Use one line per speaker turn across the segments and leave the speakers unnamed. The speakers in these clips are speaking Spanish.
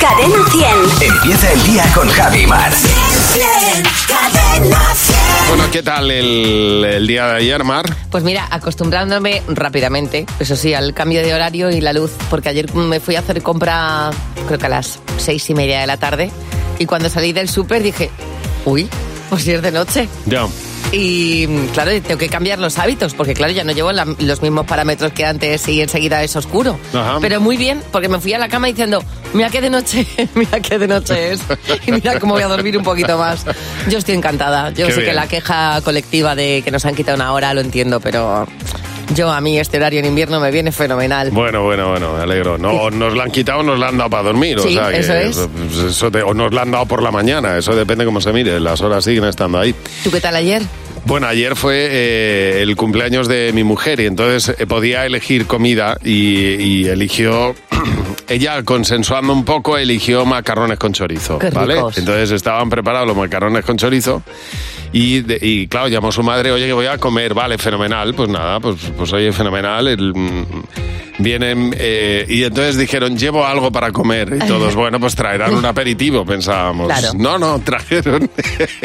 Cadena 100.
Empieza el día con Javi Mar.
Cadena 100.
Bueno, ¿qué tal el, el día de ayer, Mar?
Pues mira, acostumbrándome rápidamente, eso sí, al cambio de horario y la luz, porque ayer me fui a hacer compra, creo que a las seis y media de la tarde, y cuando salí del súper dije, uy, pues si es de noche.
Ya.
Y mm, claro, tengo que cambiar los hábitos, porque claro, ya no llevo la- los mismos parámetros que antes y enseguida es oscuro.
Ajá.
Pero muy bien, porque me fui a la cama diciendo, mira qué de noche, mira qué de noche es, y mira cómo voy a dormir un poquito más. Yo estoy encantada. Yo
Qué
sé que
bien.
la queja colectiva de que nos han quitado una hora lo entiendo, pero yo a mí este horario en invierno me viene fenomenal.
Bueno, bueno, bueno, me alegro. No, o nos la han quitado o nos la han dado para dormir. o
Sí,
sea que
eso es.
eso- pues, eso te- o nos la han dado por la mañana, eso depende cómo se mire, las horas siguen estando ahí.
¿Tú qué tal ayer?
Bueno, ayer fue eh, el cumpleaños de mi mujer y entonces eh, podía elegir comida y, y eligió, ella consensuando un poco, eligió macarrones con chorizo.
Qué
¿Vale?
ricos.
Entonces estaban preparados los macarrones con chorizo y, de- y, claro, llamó su madre, oye, que voy a comer, vale, fenomenal, pues nada, pues, pues oye, fenomenal. el, mm, vienen eh, y entonces dijeron, llevo algo para comer y todos, bueno, pues traerán un aperitivo, pensábamos.
Claro.
No, no, trajeron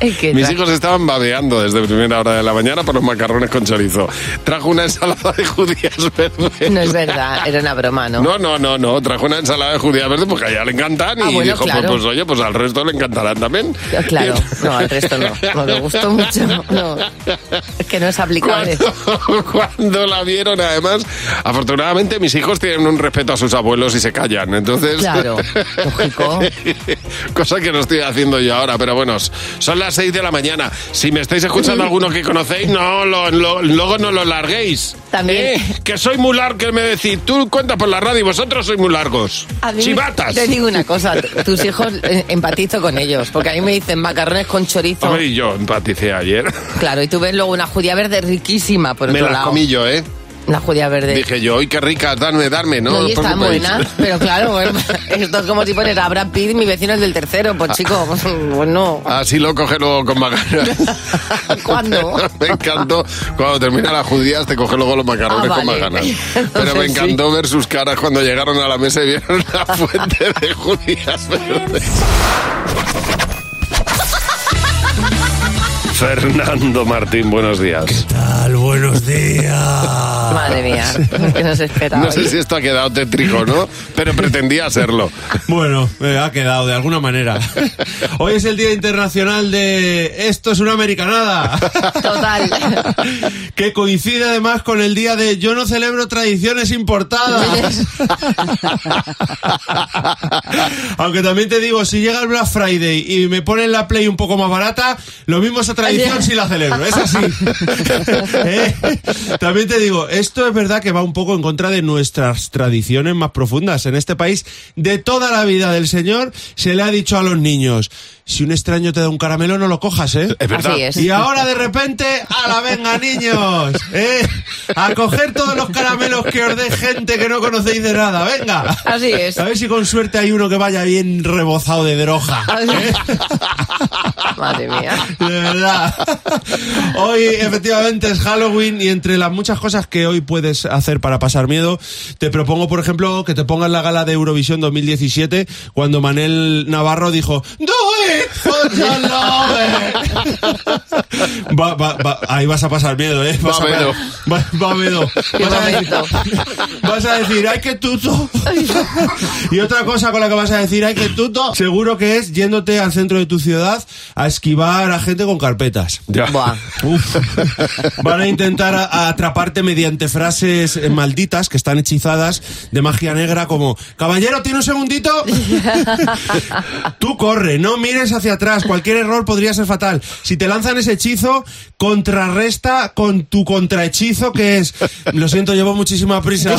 ¿El qué
mis
tra-
hijos estaban babeando desde primera hora de la mañana por los macarrones con chorizo. Trajo una ensalada de judías verdes.
No es verdad, era una broma, ¿no?
No, no, no, no. Trajo una ensalada de judías verdes porque a ella le encantan
Ah,
y
bueno,
dijo,
claro.
pues, pues, oye, pues al resto le encantarán también.
Claro,
Y-
no, al resto no. No le gustó mucho. No. Es que no es aplicable.
Cuando, cuando la vieron, además, afortunadamente mis hijos tienen un respeto a sus abuelos y se callan. Entonces,
Claro, lógico.
cosa que no estoy haciendo yo ahora, pero bueno, son las 6 de la mañana. Si me estáis escuchando algunos que conocéis, no, lo- lo- luego no lo larguéis.
También.
Eh, que soy muy largo, que me decís, tú cuentas por la radio y vosotros sois muy largos.
A mí-
Chivatas.
Te digo una cosa, t- tus hijos eh, empatizo con ellos, porque a mí me dicen macarrones con chorizo.
Hombre, y yo empaticé ayer.
Claro, y tú ves luego una judía verde riquísima por
Me
otro
las
lado.
comí yo, ¿eh?
Una judía verde.
Dije yo, hoy qué ricas, darme, darme, ¿no?
No, y
os
está
preocupéis".
buena, pero claro, bueno, esto es como si pones a Brad Pitt, mi vecino es del tercero, pues chico, pues no.
Así lo coge luego con macarrones.
¿Cuándo?
me encantó. Cuando termina las judías, te coge luego los macarrones
Ah,
con
vale.
macarrones. Pero
Entonces,
me encantó ver sus caras cuando llegaron a la mesa y vieron la fuente de judías verdes. Fernando Martín, buenos días.
tal? Buenos días.
Madre mía, que nos espera.
Ah. No
hoy.
sé si esto ha quedado tétrico, ¿no? Pero pretendía serlo.
Bueno, me ha quedado de alguna manera. Hoy es el Día Internacional de Esto es una americanada.
Total.
Que coincide además con el día de Yo no celebro tradiciones importadas. Aunque también te digo, si llega el Black Friday y me ponen la Play un poco más barata, lo mismo esa tradición si la celebro, es así. ¿Eh? También te digo, esto es verdad que va un poco en contra de nuestras tradiciones más profundas. En este país, de toda la vida del Señor, se le ha dicho a los niños, si un extraño te da un caramelo, no lo cojas, ¿eh?
Es verdad.
Así es.
Y ahora de repente, a la venga niños, ¿eh? a coger todos los caramelos que os dé gente que no conocéis de nada, venga.
Así es.
A ver si con suerte hay uno que vaya bien rebozado de droga.
Madre mía.
De verdad. Hoy efectivamente es Halloween y entre las muchas cosas que hoy puedes hacer para pasar miedo, te propongo, por ejemplo, que te pongas la gala de Eurovisión 2017 cuando Manel Navarro dijo "Do it for your lover". Va- va- va- ahí vas a pasar miedo, ¿eh? Vas
Va
a
miedo.
va- va miedo.
Qué
Vas a decir-
momento.
vas a decir, ¡ay, qué tuto! y otra cosa con la que vas a decir, ¡ay, qué tuto! Seguro que es yéndote al centro de tu ciudad a esquivar a gente con carpetas.
Ya.
Buah.
Uf. Van a intentar a- a atraparte mediante frases eh, malditas que están hechizadas de magia negra como Caballero, ¿tiene un segundito? Tú corre, no mires hacia atrás, cualquier error podría ser fatal. Si te lanzan ese hechizo, contrarresta con tu contrahechizo que es Lo siento, llevo muchísima prisa.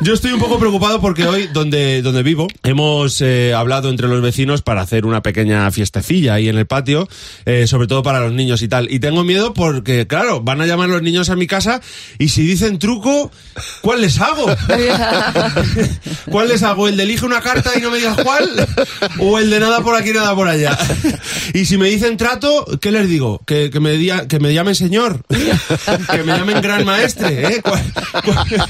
Yo estoy un poco preocupado porque hoy, donde, donde vivo, hemos eh, hablado entre los vecinos para hacer una pequeña fiestecilla ahí en el patio, eh, sobre todo para los niños y tal. Y tengo miedo porque, claro, van a llamar los niños a mi casa y si dicen truco, ¿cuál les hago? ¿Cuál les hago? ¿El de elige una carta y no me digas cuál? ¿O el de nada por aquí, nada por allá? Y si me dicen trato, ¿qué les digo? Que, que me, diga- que me llamen señor. Que me llamen gran maestre. ¿eh? ¿Cuál- cuál-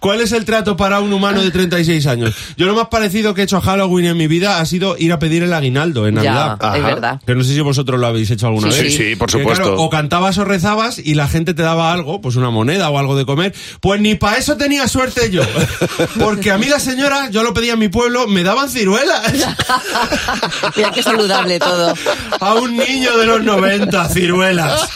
¿Cuál es el trato para un humano de 36 años? Yo lo más parecido que he hecho a Halloween en mi vida ha sido ir a pedir el aguinaldo en
Ya,
Navidad.
es Ajá. verdad.
Que no sé si vosotros lo habéis hecho alguna
Sí,
vez.
sí, sí, por
Que,
supuesto.
claro, o cantabas o rezabas y la gente te daba algo, pues una moneda o algo de comer. Pues ni para eso tenía suerte yo. Porque a mí las señoras, yo lo pedía en mi pueblo, me daban ciruelas.
Mira qué saludable todo.
A un niño de los 90, ciruelas.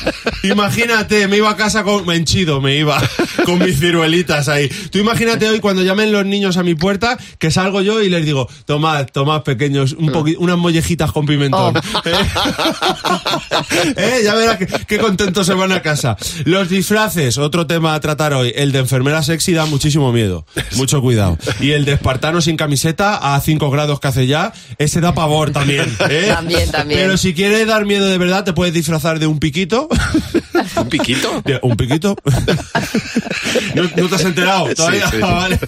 Imagínate, me iba a casa con. Menchido, me iba. Con mis ciruelitas ahí. Tú imagínate hoy cuando llamen los niños a mi puerta, que salgo yo y les digo: Tomad, tomad, pequeños, un poqui- unas mollejitas con pimentón. ¿Eh? Eh, Ya verás que- qué contentos se van a casa. Los disfraces, otro tema a tratar hoy. El de enfermera sexy da muchísimo miedo. Mucho cuidado. Y el de espartano sin camiseta a 5
pues
grados que hace ya, ese da pavor también. ¿eh?
También, también.
Pero si quieres dar miedo de verdad, te puedes disfrazar de un piquito.
¿Un piquito?
De ¿Un piquito? No, no te has enterado todavía.
sí.
Ah, vale.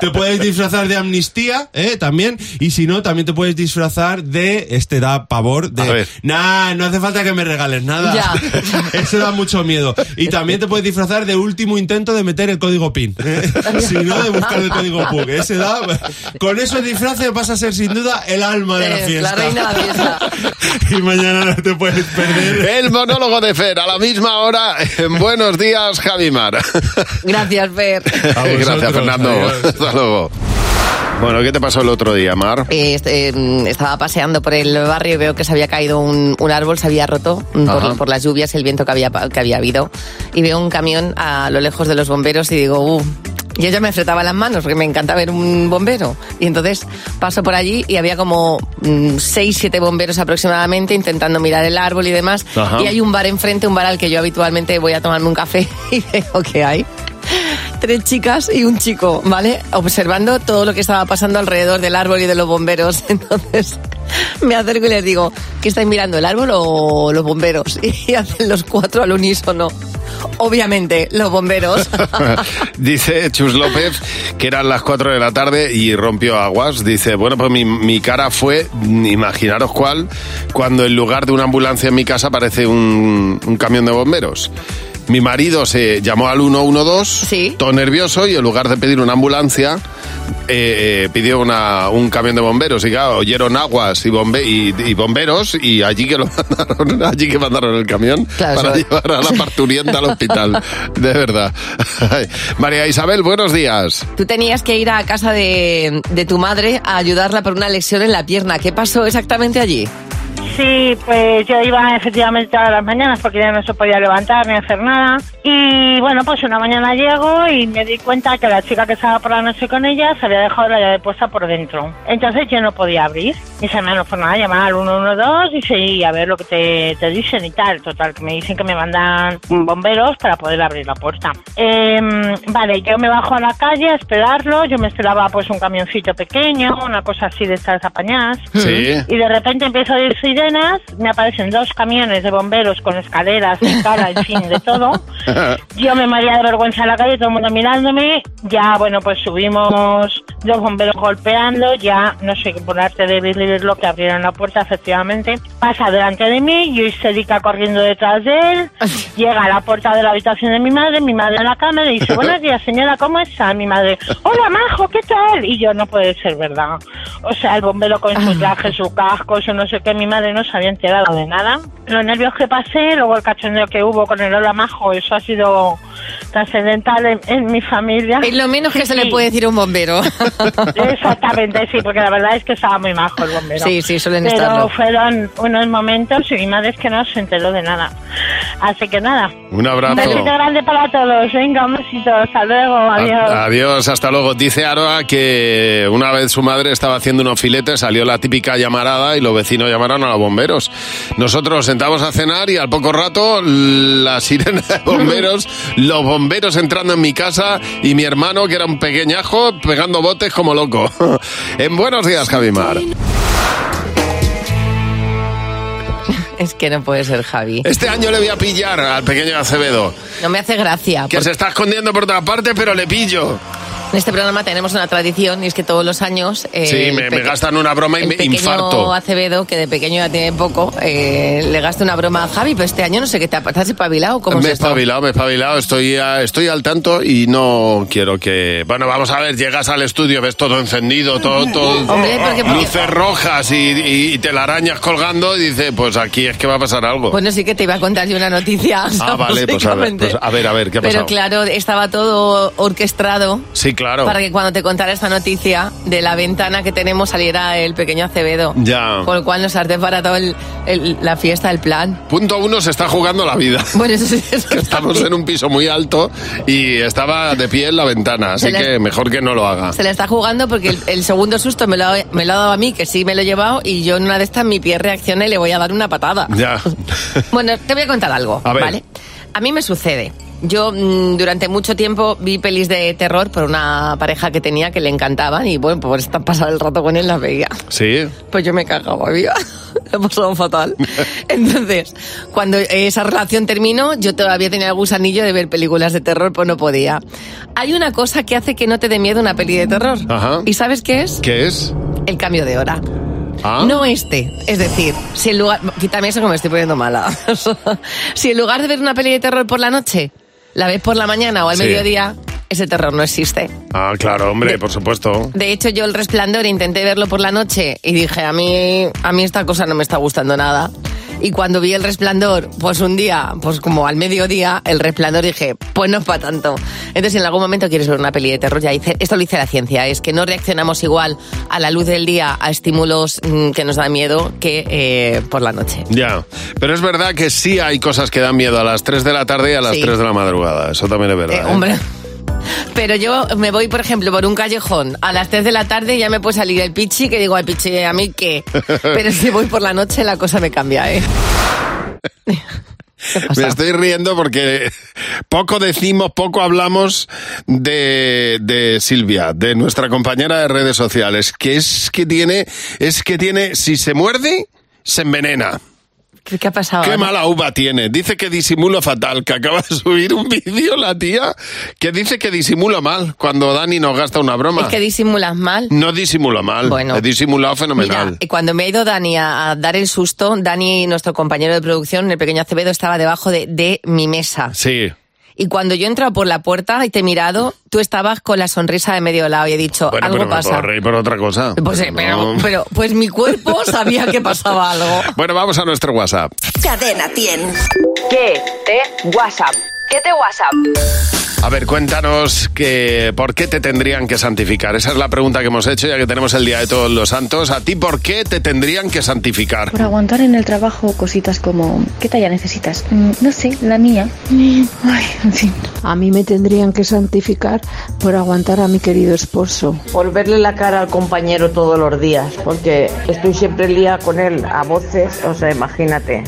Te puedes disfrazar de amnistía, ¿eh? También. Y si no, también te puedes disfrazar de. Este da pavor.
A
De.
ver.
Nah, no hace falta que me regales nada.
Ya.
Eso da mucho miedo. Y también te puedes disfrazar de último intento de meter el código PIN. ¿eh? Si no, de buscar el código PUC. Ese da.
Eh,
Con esos disfraces vas a ser sin duda el alma de la
Eh,
fiesta.
la reina de la fiesta.
y mañana no te puedes perder.
El monólogo de Fer a la misma hora en Buenos Días, Javimar.
Gracias, Fer.
vosotros,
Gracias, Fernando.
adiós.
Hasta luego. Bueno, ¿qué te pasó el otro día, Mar?
Eh, este, mm, estaba paseando por el barrio y veo que se había caído un, un árbol, se había roto mm,
Ajá.
por, por las lluvias y el viento que había, pa- que había habido. Y veo un camión a lo lejos de los bomberos y digo, uh. Yo ya me fretaba las manos porque me encanta ver un bombero. Y entonces paso por allí y había como mm, seis, siete bomberos aproximadamente intentando mirar el árbol y demás.
Ajá.
Y hay un bar enfrente, un bar al que yo habitualmente voy a tomarme un café y veo que hay tres chicas y un chico, ¿vale? Observando todo lo que estaba pasando alrededor del árbol y de los bomberos. Entonces me acerco y les digo, ¿qué estáis mirando, el árbol o los bomberos? Y hacen los cuatro al unísono. Obviamente, los bomberos.
Dice Chus López que eran las 4 de la tarde y rompió aguas. Dice, bueno, pues mi, mi cara fue, mm, imaginaros cuál, cuando en lugar de una ambulancia en mi casa aparece un, un camión de bomberos. Mi marido se llamó al 112,
Sí.
todo nervioso, y en lugar de pedir una ambulancia, eh, eh, pidió una- un camión de bomberos. Y claro, oyeron aguas y, bombe- y, y bomberos, y allí que lo mandaron, allí que mandaron el camión
Claro,
para
eso-
llevar a la parturienta al hospital. De verdad. Ay. María Isabel, buenos días.
Tú tenías que ir a casa de, de tu madre a ayudarla por una lesión en la pierna. ¿Qué pasó exactamente allí?
Sí, pues yo iba efectivamente todas las mañanas porque ya no se podía levantar ni hacer nada. Y bueno, pues una mañana llego y me di cuenta que la chica que estaba por la noche con ella se había dejado la llave puesta por dentro. Entonces yo no podía abrir. Mis hermanos, pues nada, llamar al 112 y seguí a ver lo que te, te dicen y tal. Total, que me dicen que me mandan bomberos para poder abrir la puerta. Em, vale, yo me bajo a la calle a esperarlo. Yo me esperaba pues un camioncito pequeño, una cosa así de estas apañadas.
Sí.
Y de repente empiezo a oír sirenas, me aparecen dos camiones de bomberos con escaleras, en cara, en fin, de todo. Yo me maría de vergüenza en la calle, todo el mundo mirándome. Ya, bueno, pues subimos los bomberos golpeando. Ya, no sé qué por arte de vivir lo que abrieron la puerta, efectivamente. Pasa delante de mí, yo histérica corriendo detrás de él. Llega a la puerta de la habitación de mi madre, mi madre en la cama, le dice, buenos días, señora, ¿cómo está? Mi madre, hola, majo, ¿qué tal? Y yo, no puede ser verdad. O sea, el bombero con su traje, su casco, su no sé qué, mi madre no se había enterado de nada. Los nervios que pasé, luego el cachondeo que hubo con el hola, majo, eso ha sido trascendental en, en mi familia.
Es lo menos que
Sí,
se le
sí.
puede decir a un bombero.
Exactamente, sí, porque la verdad es que estaba muy majo el bombero.
Sí, sí, suelen
Pero
estarlo.
fueron unos momentos y mi madre es que no se enteró de nada. Así que nada,
Un
un
abrazo.
besito grande para todos. Venga, un besito. Hasta luego. Adiós.
A- Adiós, hasta luego. Dice Aroa que una vez su madre estaba haciendo unos filetes, salió la típica llamarada y los vecinos llamaron a los bomberos. Nosotros sentamos a cenar y al poco rato la sirena de bomberos, los bomberos entrando en mi casa y mi hermano, que era un pequeñajo, pegando botes como loco. En buenos días, Javimar.
Es que no puede ser Javi.
Este año le voy a pillar al pequeño Acevedo.
No me hace gracia.
Que se está escondiendo por otra parte, pero le pillo.
En este programa tenemos una tradición y es que todos los años. eh,
Sí,
el
me- me
peque-
gastan una broma y
el
me
pequeño
infarto.
Acevedo, que de pequeño ya tiene poco, eh, le gasta una broma a Javi, pero este año no sé qué te ha pasado. ¿Estás espabilado? ¿Cómo
me he
es esto?
espabilado, me he espabilado, estoy, a- estoy al tanto y no quiero que... Bueno, vamos a ver, llegas al estudio, ves todo encendido, todo, todo
Hombre, porque- porque-
luces rojas y, y telarañas colgando y dices, pues aquí es que va a pasar algo.
Bueno, sí que te iba a contar yo una noticia. o sea,
ah, vale, pues a ver,
Pues básicamente.
pues a ver, a ver, ¿qué ha
Pero
pasado?
claro, estaba todo orquestado
sí, claro.
para que cuando te contara esta noticia de la ventana que tenemos saliera el pequeño Acevedo.
Ya.
Con lo cual nos has desbaratado el- el- la fiesta, el plan.
Punto uno, se está jugando la vida.
Bueno, eso sí, eso
Que Estamos en un piso muy alto y estaba de pie en la ventana, así
Se le-
que mejor que no lo haga.
Se la está jugando porque el, el segundo susto me lo, ha, me lo ha dado a mí, que sí me lo he llevado, y yo en una de estas mi pie reacciona y le voy a dar una patada.
Ya.
Bueno, te voy a contar algo,
A ver.
¿vale? A mí me sucede. Yo mm, durante mucho tiempo vi pelis de terror por una pareja que tenía que le encantaban y bueno, por estar pasado el rato con él las veía.
Sí.
Pues yo me cagaba viva. Lo he pasado fatal. Entonces, cuando esa relación terminó, yo todavía tenía el gusanillo de ver películas de terror, pues no podía. Hay una cosa que hace que no te dé miedo una peli de terror.
Ajá.
¿Y sabes qué es?
¿Qué es?
El cambio de hora.
Ah.
No este. Es decir, si en lugar. Quítame eso que me estoy poniendo mala. si en lugar de ver una peli de terror por la noche, la ves por la mañana o al
Sí.
mediodía, ese terror no existe.
Ah, claro, hombre, por supuesto.
De hecho, yo el resplandor intenté verlo por la noche y dije, a mí, a mí esta cosa no me está gustando nada. Y cuando vi el resplandor, pues un día, pues como al mediodía, el resplandor dije, pues no es para tanto. Entonces, en algún momento quieres ver una peli de terror, ya dice, esto lo dice la ciencia, es que no reaccionamos igual a la luz del día, a estímulos mm, que nos dan miedo, que eh, por la noche.
Ya. Pero es verdad que sí hay cosas que dan miedo a las 3 de la tarde y a las
Sí.
3 de la madrugada. Eso también es verdad.
Eh,
¿eh?
hombre. Pero yo me voy, por ejemplo, por un callejón a las 3 de la tarde y ya me puede salir el pichi que digo al pichi, ¿a mí qué? Pero si voy por la noche la cosa me cambia, ¿eh? ¿Qué pasa?
Me estoy riendo porque poco decimos, poco hablamos de, de Silvia, de nuestra compañera de redes sociales, que es que tiene, es que tiene, si se muerde, se envenena.
¿Qué, qué ha pasado?
Qué
ahora?
mala uva tiene. Dice que disimulo fatal, que acaba de subir un vídeo la tía que dice que disimulo mal cuando Dani nos gasta una broma.
Es que disimulas mal.
No disimulo mal.
Bueno.
He disimulado fenomenal.
Mira, eh, y cuando me ha ido Dani a, a dar el susto, Dani, nuestro compañero de producción, el pequeño Acevedo, estaba debajo de, de mi mesa.
Sí.
Y cuando yo he entrado por la puerta y te he mirado, tú estabas con la sonrisa de medio lado y he dicho,
Bueno,
algo
pero me
pasa.
puedo reír por otra cosa.
Pues, eh,
Pero
pero,
no.
pero, pues mi cuerpo sabía que pasaba algo.
Bueno, vamos a nuestro WhatsApp.
Cadena 100.
¿Qué te WhatsApp? ¿Qué te WhatsApp?
A ver, cuéntanos que, por qué te tendrían que santificar. Esa es la pregunta que hemos hecho, ya que tenemos el Día de Todos los Santos. ¿A ti por qué te tendrían que santificar?
Por aguantar en el trabajo cositas como ¿qué talla necesitas? Mm, no sé, la mía. Ay, en fin.
A mí me tendrían que santificar por aguantar a mi querido esposo.
por verle la cara al compañero todos los días, porque estoy siempre lía con él a voces, o sea, imagínate.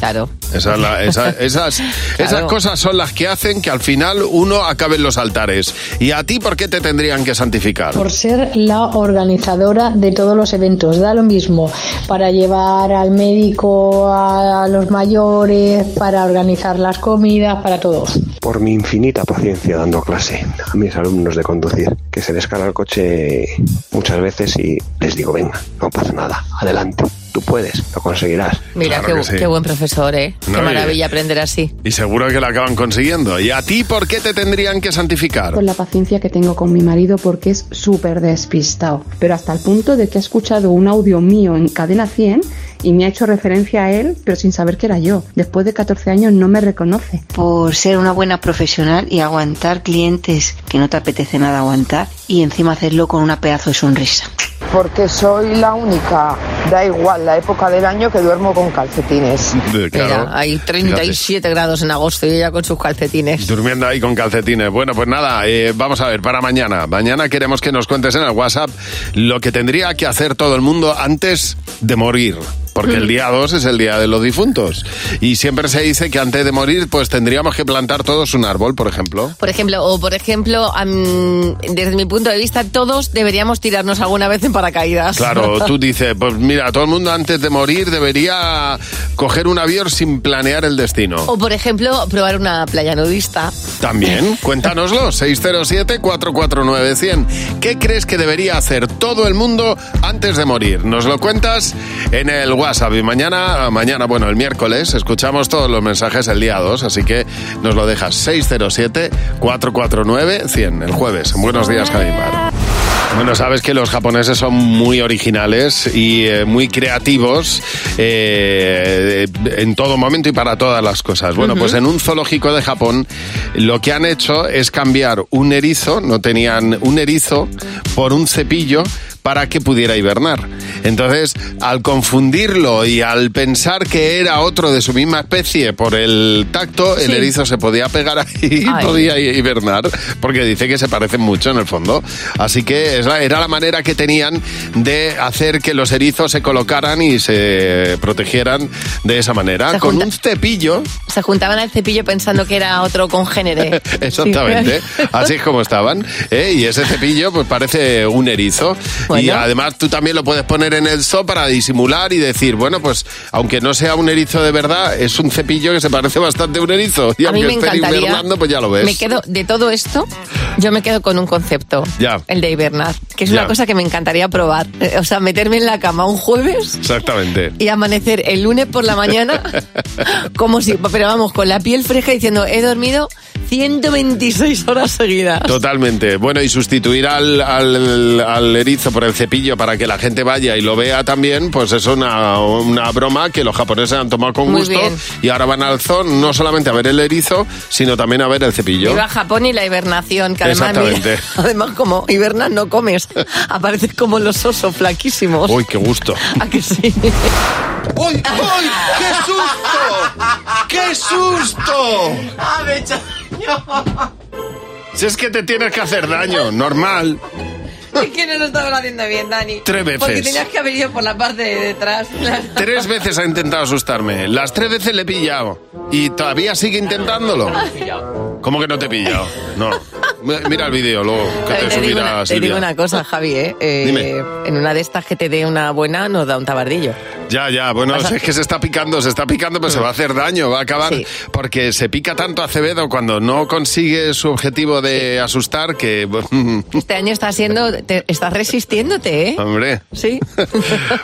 Claro.
Esa es la- esa- esas, esas
Claro.
cosas son las que hacen que al final uno acabe en los altares. ¿Y a ti por qué te tendrían que santificar?
Por ser la organizadora de todos los eventos, da lo mismo, para llevar al médico, a los mayores, para organizar las comidas, para todos.
por mi infinita paciencia dando clase a mis alumnos de conducir, que se les carga el coche muchas veces y les digo, venga, no pasa nada, adelante, tú puedes, lo conseguirás.
Mira, qué,
Claro que sí.
qué buen profesor, ¿eh?
No,
qué
y-
maravilla aprender así.
Y seguro que la acaban consiguiendo. ¿Y a ti por qué te tendrían que santificar?
Con la paciencia que tengo con mi marido porque es súper despistado, pero hasta el punto de que ha escuchado un audio mío en cadena 100 y me ha hecho referencia a él, pero sin saber que era yo. Después de 14 años no me reconoce.
por ser una buena profesional y aguantar clientes que no te apetece nada aguantar y encima hacerlo con una pedazo de sonrisa.
Porque soy la única, da igual la época del año que duermo con calcetines.
Eh, claro.
Mira, hay 37 grados en agosto y ella con sus calcetines.
Durmiendo ahí con calcetines. Bueno, pues nada, eh, vamos a ver, para mañana. Mañana queremos que nos cuentes en el WhatsApp lo que tendría que hacer todo el mundo antes de morir. Porque
Mm.
el día 2 es el día de los difuntos. Y siempre se dice que antes de morir, pues tendríamos que plantar todos un árbol, por ejemplo.
Por ejemplo, o por ejemplo, am, desde mi punto de vista, todos deberíamos tirarnos alguna vez en paracaídas.
Claro, tú dices, pues mira, todo el mundo antes de morir debería coger un avión sin planear el destino.
O por ejemplo, probar una playa nudista.
También, cuéntanoslo, 607-449-100. ¿Qué crees que debería hacer todo el mundo antes de morir? Nos lo cuentas en el WhatsApp. Y mañana, mañana, bueno, el miércoles, escuchamos todos los mensajes el día 2, así que nos lo dejas 607-449-100 el jueves. Buenos días, Javimar. Bueno, sabes que los japoneses son muy originales y eh, muy creativos eh, en todo momento y para todas las cosas. Bueno, pues en un zoológico de Japón lo que han hecho es cambiar un erizo, no tenían un erizo, por un cepillo para que pudiera hibernar. Entonces, al confundirlo y al pensar que era otro de su misma especie por el tacto,
Sí.
el erizo se podía pegar ahí y
Ay.
podía hi- hibernar, porque dice que se parecen mucho en el fondo. Así que es la- era la manera que tenían de hacer que los erizos se colocaran y se protegieran de esa manera.
Se
Ah, Con
junta-
un cepillo,
Se juntaban al cepillo pensando que era otro congénere.
Exactamente,
Sí.
así es como estaban. ¿eh? Y ese cepillo pues parece un erizo. Y además tú también lo puedes poner en el zoo para disimular y decir, bueno, pues aunque no sea un erizo de verdad, es un cepillo que se parece bastante a un erizo. Y
A mí
aunque
me
esté
encantaría.
hibernando, pues ya lo ves.
Me quedo de todo esto. Yo me quedo con un concepto,
Ya,
el de hibernar, que es
Ya.
una cosa que me encantaría probar. Eh, O sea, meterme en la cama un jueves
exactamente.
y amanecer el lunes por la mañana como si, pero vamos, con la piel fresca diciendo he dormido 126 horas seguidas.
Totalmente. Bueno, y sustituir al, al- al erizo por el cepillo para que la gente vaya y lo vea también, pues es una, una broma que los japoneses han tomado con
Muy
gusto
bien.
y ahora van al zoo no solamente a ver el erizo, sino también a ver el cepillo.
Iba a Japón y la hibernación, que además,
Exactamente.
mira, además como hibernas no comes, apareces como los osos flaquísimos.
Uy, qué gusto.
¿A que sí?
¡Uy, uy! ¡Qué susto! ¡Qué susto!
¡Ah, me he hecho daño!
Si es que te tienes que hacer daño, normal.
Es que no lo estabas haciendo bien, Dani.
Tres veces.
Porque tenías que haber ido por la parte de detrás.
Tres veces ha intentado asustarme. Las tres veces le he pillado. Y todavía sigue intentándolo. ¿Cómo que no te he pillado? No. M- Mira el vídeo luego, que te,
te, digo
subirá
una, te
Silvia.
digo una cosa, Javi, ¿eh? Eh,
Dime.
En una de estas que te dé una buena nos da un tabardillo.
Ya, ya, bueno,
Vas a-
es que se está picando, se está picando, pero se va a hacer daño, va a acabar. Porque se pica tanto Acevedo cuando no consigue su objetivo de asustar que.
Este año estás siendo, te- estás resistiéndote, ¿eh?
Hombre.
Sí.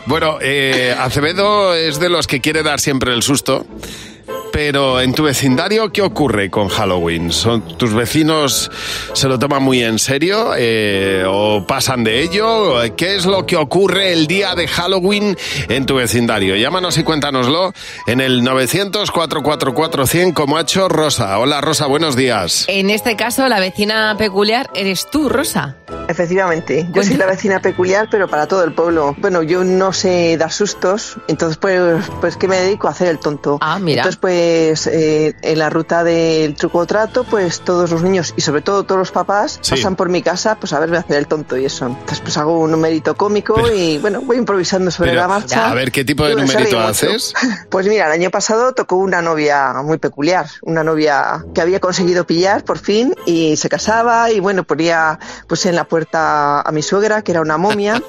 Bueno, eh, Acevedo es de los que quiere dar siempre el susto. Pero en tu vecindario, ¿qué ocurre con Halloween? ¿Son, ¿Tus vecinos se lo toman muy en serio eh, o pasan de ello? ¿Qué es lo que ocurre el día de Halloween en tu vecindario? Llámanos y cuéntanoslo en el 900-444-100 como ha hecho Rosa. Hola Rosa, buenos días.
En este caso, la vecina peculiar eres tú, Rosa.
Efectivamente, yo soy la vecina peculiar, pero para todo el pueblo. Bueno, yo no sé dar sustos, entonces pues, pues que me dedico a hacer el tonto. Ah,
mira.
Entonces pues eh, en la ruta del truco o trato, pues todos los niños y sobre todo todos los papás
Sí.
pasan por mi casa, pues a verme hacer el tonto y eso. Entonces pues hago un numerito cómico y bueno, voy improvisando sobre
Pero,
la marcha.
a ver, ¿qué tipo de
Y, bueno, se
numerito
ríe mucho.
haces?
Pues mira, el año pasado tocó una novia muy peculiar, una novia que había conseguido pillar por fin y se casaba y bueno, ponía pues en la puerta a mi suegra, que era una momia.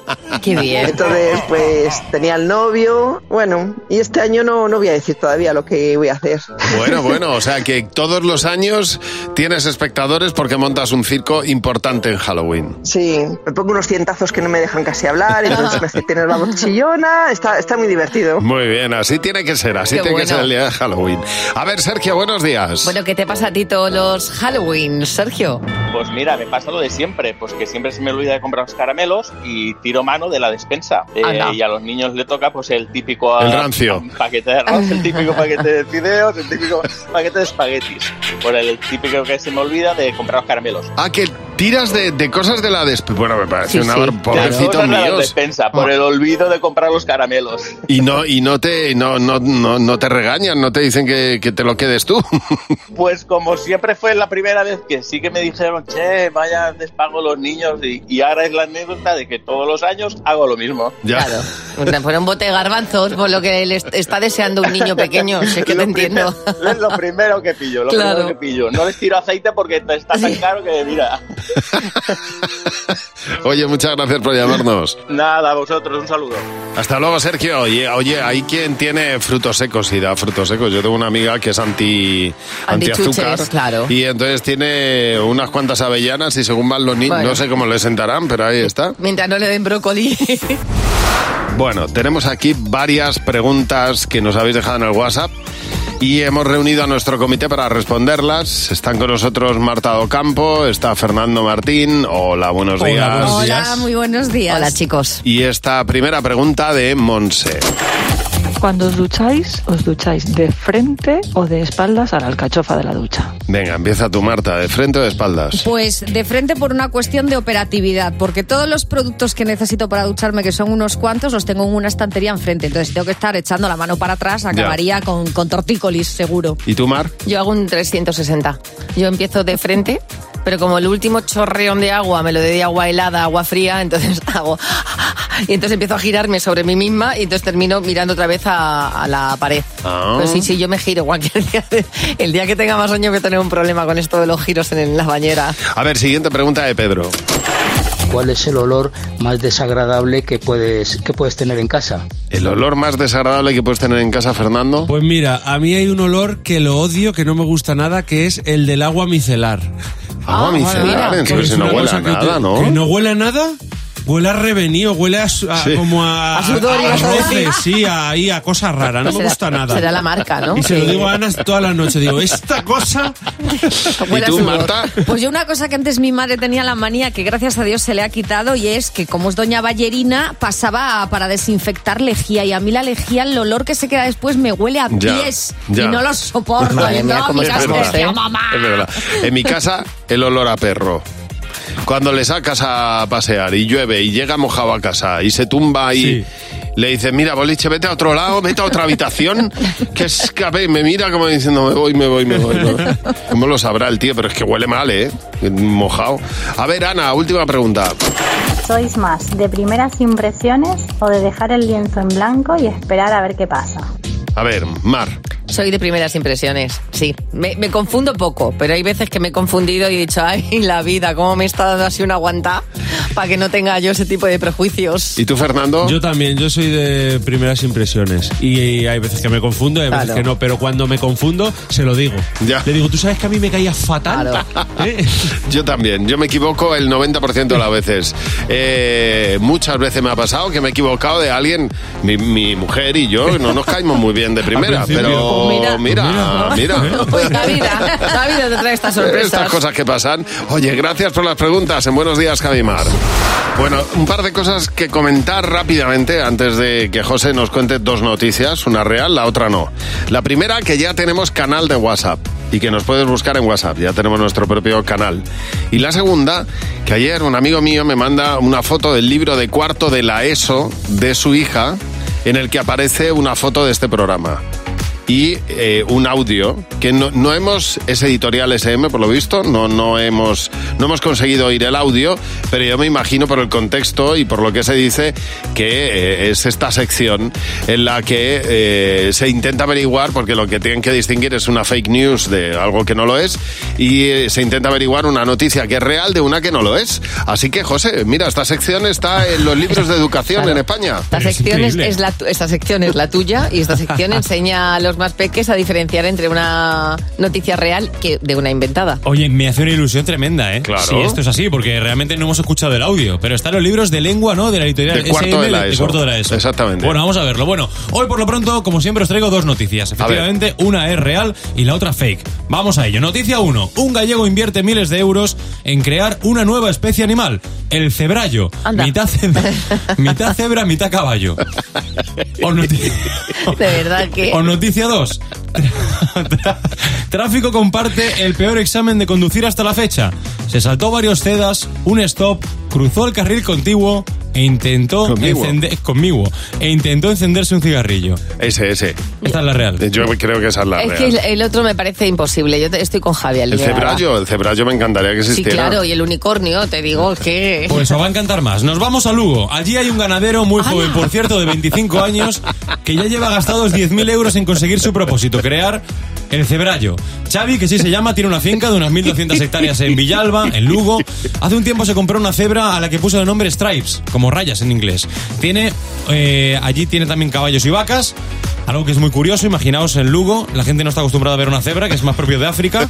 Qué bien.
Entonces, pues tenía el novio, bueno, y este año no, no voy a decir todavía lo que voy a hacer.
Bueno, bueno, o sea que todos los años tienes espectadores porque montas un circo importante en Halloween.
Sí, me pongo unos cientazos que no me dejan casi hablar, entonces me hace tener la voz chillona, está, está muy divertido.
Muy bien, así tiene que ser, así
Qué
tiene
bueno.
que ser el día de Halloween. A ver, Sergio, buenos días.
Bueno, ¿qué te pasa a ti todos los Halloween, Sergio?
Pues mira, me pasa lo de siempre, pues que siempre se me olvida de comprar los caramelos y tiro mano de la despensa. Eh,
Anda.
y a los niños le toca pues el típico...
El
ah,
rancio.
Paquete de arroz, el típico paquete de fideos, el típico paquete de espaguetis. Por el típico que se me olvida de comprar los caramelos.
Ah, que tiras de, de cosas de la despensa. Bueno, me parece un horror, pobrecito
Cosas de la
mío.
despensa, por el olvido de comprar los caramelos.
Y no, y no te, no, no, no, no te regañan, no te dicen que, que te lo quedes tú.
Pues como siempre fue la primera vez que sí que me dijeron, che, vaya despago los niños y, y ahora es la anécdota de que todos los años hago lo mismo.
Claro. Por Pues un bote de garbanzos, por lo que le est- está deseando un niño pequeño, sé que te entiendo.
Es lo primero que pillo, lo
Claro.
primero que pillo. No les tiro aceite porque está tan caro que mira.
Oye, muchas gracias por llamarnos.
Nada, a vosotros, un saludo.
Hasta luego, Sergio. Oye, oye, hay quien tiene frutos secos y da frutos secos. Yo tengo una amiga que es anti
Antichuches,
antiazúcar.
claro.
Y entonces tiene unas cuantas avellanas y según van los niños,
Bueno.
no sé cómo le sentarán, pero ahí está.
Mientras no le den brócoli.
Bueno, tenemos aquí varias preguntas que nos habéis dejado en el WhatsApp y hemos reunido a nuestro comité para responderlas. Están con nosotros Marta Docampo, está Fernando Martín. Hola, buenos días.
Hola, muy buenos días.
Hola, chicos.
Y esta primera pregunta de Monse.
Cuando os ducháis, os ducháis de frente o de espaldas a la alcachofa de la ducha.
Venga, empieza tú, Marta, de frente o de espaldas.
Pues de frente por una cuestión de operatividad, porque todos los productos que necesito para ducharme, que son unos cuantos, los tengo en una estantería enfrente. Entonces, si tengo que estar echando la mano para atrás, acabaría con, con tortícolis, seguro.
¿Y tú, Mar?
Yo hago un 360. Yo empiezo de frente, pero como el último chorreón de agua me lo doy de agua helada, agua fría, entonces hago. Y entonces empiezo a girarme sobre mí misma y entonces termino mirando otra vez a, a la pared.
Ah.
Pues sí, sí, yo me giro cualquier día. de- el día que tenga más sueño voy a tener un problema con esto de los giros en, la bañera.
A ver, siguiente pregunta de Pedro.
¿Cuál es el olor más desagradable que puedes, que puedes tener en casa?
¿El olor más desagradable que puedes tener en casa, Fernando?
Pues mira, a mí hay un olor que lo odio, que no me gusta nada, que es el del agua micelar.
Agua Ah, micelar, mira. entonces
Porque es
no
una
huele a
cosa que
nada,
te-
¿no?
Que no huele a nada. Huele a revenido, huele a, su- a- como a,
A sudor,
a,
ibas a
roce,
decir. Pues
sí, a, ahí a cosas raras, no me
Será-
gusta nada.
será la marca, ¿no?
Y se lo
Sí.
digo a Ana toda la noche, digo, esta cosa...
Huele a tú, sudor. Marta?
Pues yo una cosa que antes mi madre tenía la manía que gracias a Dios se le ha quitado y es que como es doña Ballerina pasaba a- para desinfectar lejía y a mí la lejía el olor que se queda después me huele a
Ya,
pies
ya. Pues
y no lo soporto.
Madre
Y
mía,
no,
cómo
mira,
estamos,
hostia,
¿eh?
mamá.
Es verdad. En mi casa, el olor a perro. Cuando le sacas a pasear y llueve y llega mojado a casa y se tumba y le dices, mira, boliche, vete a otro lado, vete a otra habitación, que escape. Y me mira como diciendo, me voy, me voy, me voy. me voy". ¿Cómo lo sabrá el tío? Pero es que huele mal, ¿eh? Mojado. A ver, Ana, última pregunta.
¿Sois más de primeras impresiones o de dejar el lienzo en blanco y esperar a ver qué pasa?
A ver, Mar.
Soy de primeras impresiones, sí. Me, me confundo poco, pero hay veces que me he confundido y he dicho, ay, la vida, cómo me está dando así una aguantá para que no tenga yo ese tipo de prejuicios.
¿Y tú, Fernando?
Yo también, yo soy de primeras impresiones. Y hay veces que me confundo y hay veces
Claro.
que no, pero cuando me confundo, se lo digo. Le digo, ¿tú sabes que a mí me caía fatal? ¿Eh?
Yo también, yo me equivoco el 90% de las veces. Eh, muchas veces me ha pasado que me he equivocado de alguien, mi, mi mujer y yo, no nos caímos muy bien de primera,
Al principio.
pero mira,
Mira.
Ah, mira,
Pues la vida, la vida te trae estas sorpresas.
Eh, Estas cosas que pasan. Oye, gracias por las preguntas. En buenos días, Javimar. Bueno, un par de cosas que comentar rápidamente antes de que José nos cuente dos noticias, una real, la otra no. La primera, que ya tenemos canal de WhatsApp y que nos puedes buscar en WhatsApp, ya tenemos nuestro propio canal. Y la segunda, que ayer un amigo mío me manda una foto del libro de cuarto de la ESO de su hija, en el que aparece una foto de este programa y eh, un audio que no, no hemos es editorial SM por lo visto no no hemos no hemos conseguido oír el audio pero yo me imagino por el contexto y por lo que se dice que eh, es esta sección en la que eh, se intenta averiguar porque lo que tienen que distinguir es una fake news de algo que no lo es y eh, se intenta averiguar una noticia que es real de una que no lo es así que José mira esta sección está en los libros de educación en España
Esta sección es, es la, tu- esta sección es la tuya y esta sección enseña a los más peques a diferenciar entre una noticia real que de una inventada.
Oye, me hace una ilusión tremenda, ¿eh?
Claro.
Sí, esto es así, porque realmente no hemos escuchado el audio, pero están los libros de lengua, ¿no? De la editorial
De cuarto
SM,
de la E ESO.
cuarto de la ESO.
Exactamente.
Bueno, vamos a verlo. Bueno, hoy por lo pronto, como siempre, os traigo dos noticias.
ver.
Efectivamente, una es real y la otra fake. Vamos a ello. Noticia 1. Un gallego invierte miles de euros en crear una nueva especie animal, el cebrallo. Mitad cebra, mitad cebra, mitad caballo. O noti-
De verdad que...
o noticia Noticia 2. Tráfico comparte el peor examen de conducir hasta la fecha. Se saltó varios cedas, un stop, cruzó el carril contiguo e intentó
Conmigo.
encender conmigo e intentó encenderse un cigarrillo.
Ese, ese. Eh,
Esta es la real.
Yo creo que esa es la
Es
real.
que el- el otro me parece imposible. Yo te- estoy con Javier.
El cebrallo, el cebrallo me encantaría que este,
Sí,
existiera.
claro, y el unicornio, te digo que...
Pues os va a encantar más. Nos vamos a Lugo. Allí hay un ganadero muy joven, por cierto, de 25 años, que ya lleva gastados 10.000 euros en conseguir su propósito, crear el cebrallo. Xavi, que sí se llama, tiene una finca de unas 1.200 hectáreas en Villalba, en Lugo. Hace un tiempo se compró una cebra a la que puso de nombre Stripes, como rayas en inglés. Tiene, eh, allí tiene también caballos y vacas. Algo que es muy curioso, imaginaos en Lugo, la gente no está acostumbrada a ver una cebra, que es más propio de África.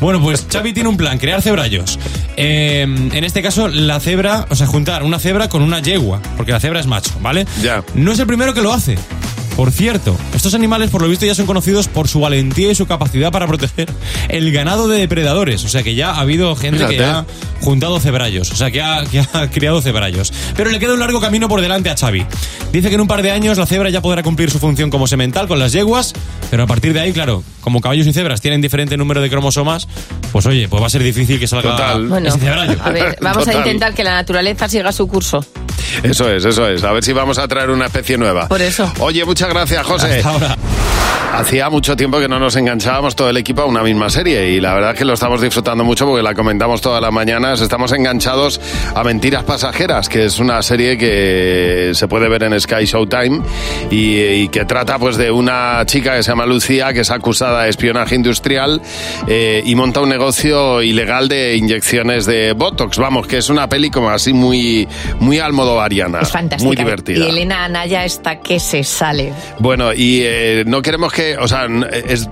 Bueno, pues Xavi tiene un plan, crear cebrallos. Eh, en este caso, la cebra, o sea, juntar una cebra con una yegua, porque la cebra es macho, ¿vale? Ya. No es el primero que lo hace. Por cierto, estos animales por lo visto ya son conocidos por su valentía y su capacidad para proteger el ganado de depredadores. O sea que ya ha habido gente que
Fíjate.
ha juntado cebrallos, o sea, que ha, que ha criado cebrallos. Pero le queda un largo camino por delante a Xavi. Dice que en un par de años la cebra ya podrá cumplir su función como semental con las yeguas, pero a partir de ahí, claro, como caballos y cebras tienen diferente número de cromosomas, pues oye, pues va a ser difícil que salga
Total.
Bueno,
ese cebrallo.
a ver, vamos a
Total.
intentar que la naturaleza siga su curso.
Eso es, eso es. A ver si vamos a traer una especie nueva.
Por eso.
Oye, muchas gracias, José. Hacía mucho tiempo que no nos enganchábamos todo el equipo a una misma serie y la verdad es que lo estamos disfrutando mucho porque la comentamos todas las mañanas. Estamos enganchados a Mentiras Pasajeras, que es una serie que se puede ver en Sky Showtime y, y que trata pues de una chica que se llama Lucía que es acusada de espionaje industrial eh, y monta un negocio ilegal de inyecciones de Botox. Vamos, que es una peli como así muy, muy almodovariana.
Es fantástica.
Muy divertida.
Y Elena Anaya está que se sale.
Bueno, y eh, no queremos que, o sea, n- es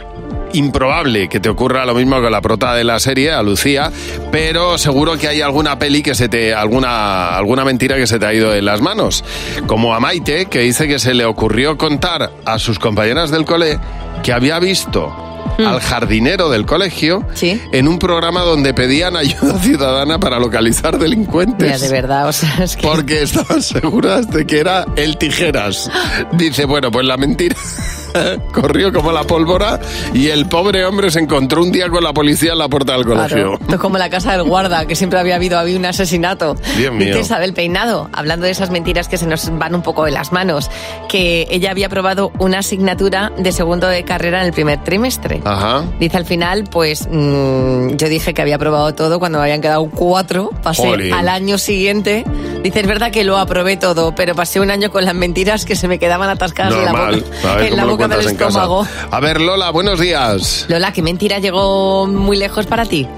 improbable que te ocurra lo mismo que la prota de la serie, a Lucía, pero seguro que hay alguna peli que se te, alguna, alguna mentira que se te ha ido de las manos. Como a Maite, que dice que se le ocurrió contar a sus compañeras del cole que había visto
Mm.
al jardinero del colegio en un programa donde pedían ayuda ciudadana para localizar delincuentes.
Mira, de verdad, o sea, es que...
Porque estaban seguras de que era el tijeras. Dice, bueno, pues la mentira corrió como la pólvora y el pobre hombre se encontró un día con la policía en la puerta del colegio.
Esto es como la casa del guarda, que siempre había habido había un asesinato.
Dios mío.
Dice Isabel Peinado, hablando de esas mentiras que se nos van un poco de las manos, que ella había aprobado una asignatura de segundo de carrera en el primer trimestre.
Ajá.
Dice al final, pues mm, yo dije que había aprobado todo cuando me habían quedado cuatro. Pasé
Jolín.
al año siguiente. Dice, es verdad que lo aprobé todo, pero pasé un año con las mentiras que se me quedaban atascadas en la
Normal.
boca,
A ver
en la
cómo lo
boca del
cuentas en casa.
estómago.
A ver, Lola, buenos días.
Lola, ¿qué mentira llegó muy lejos para ti?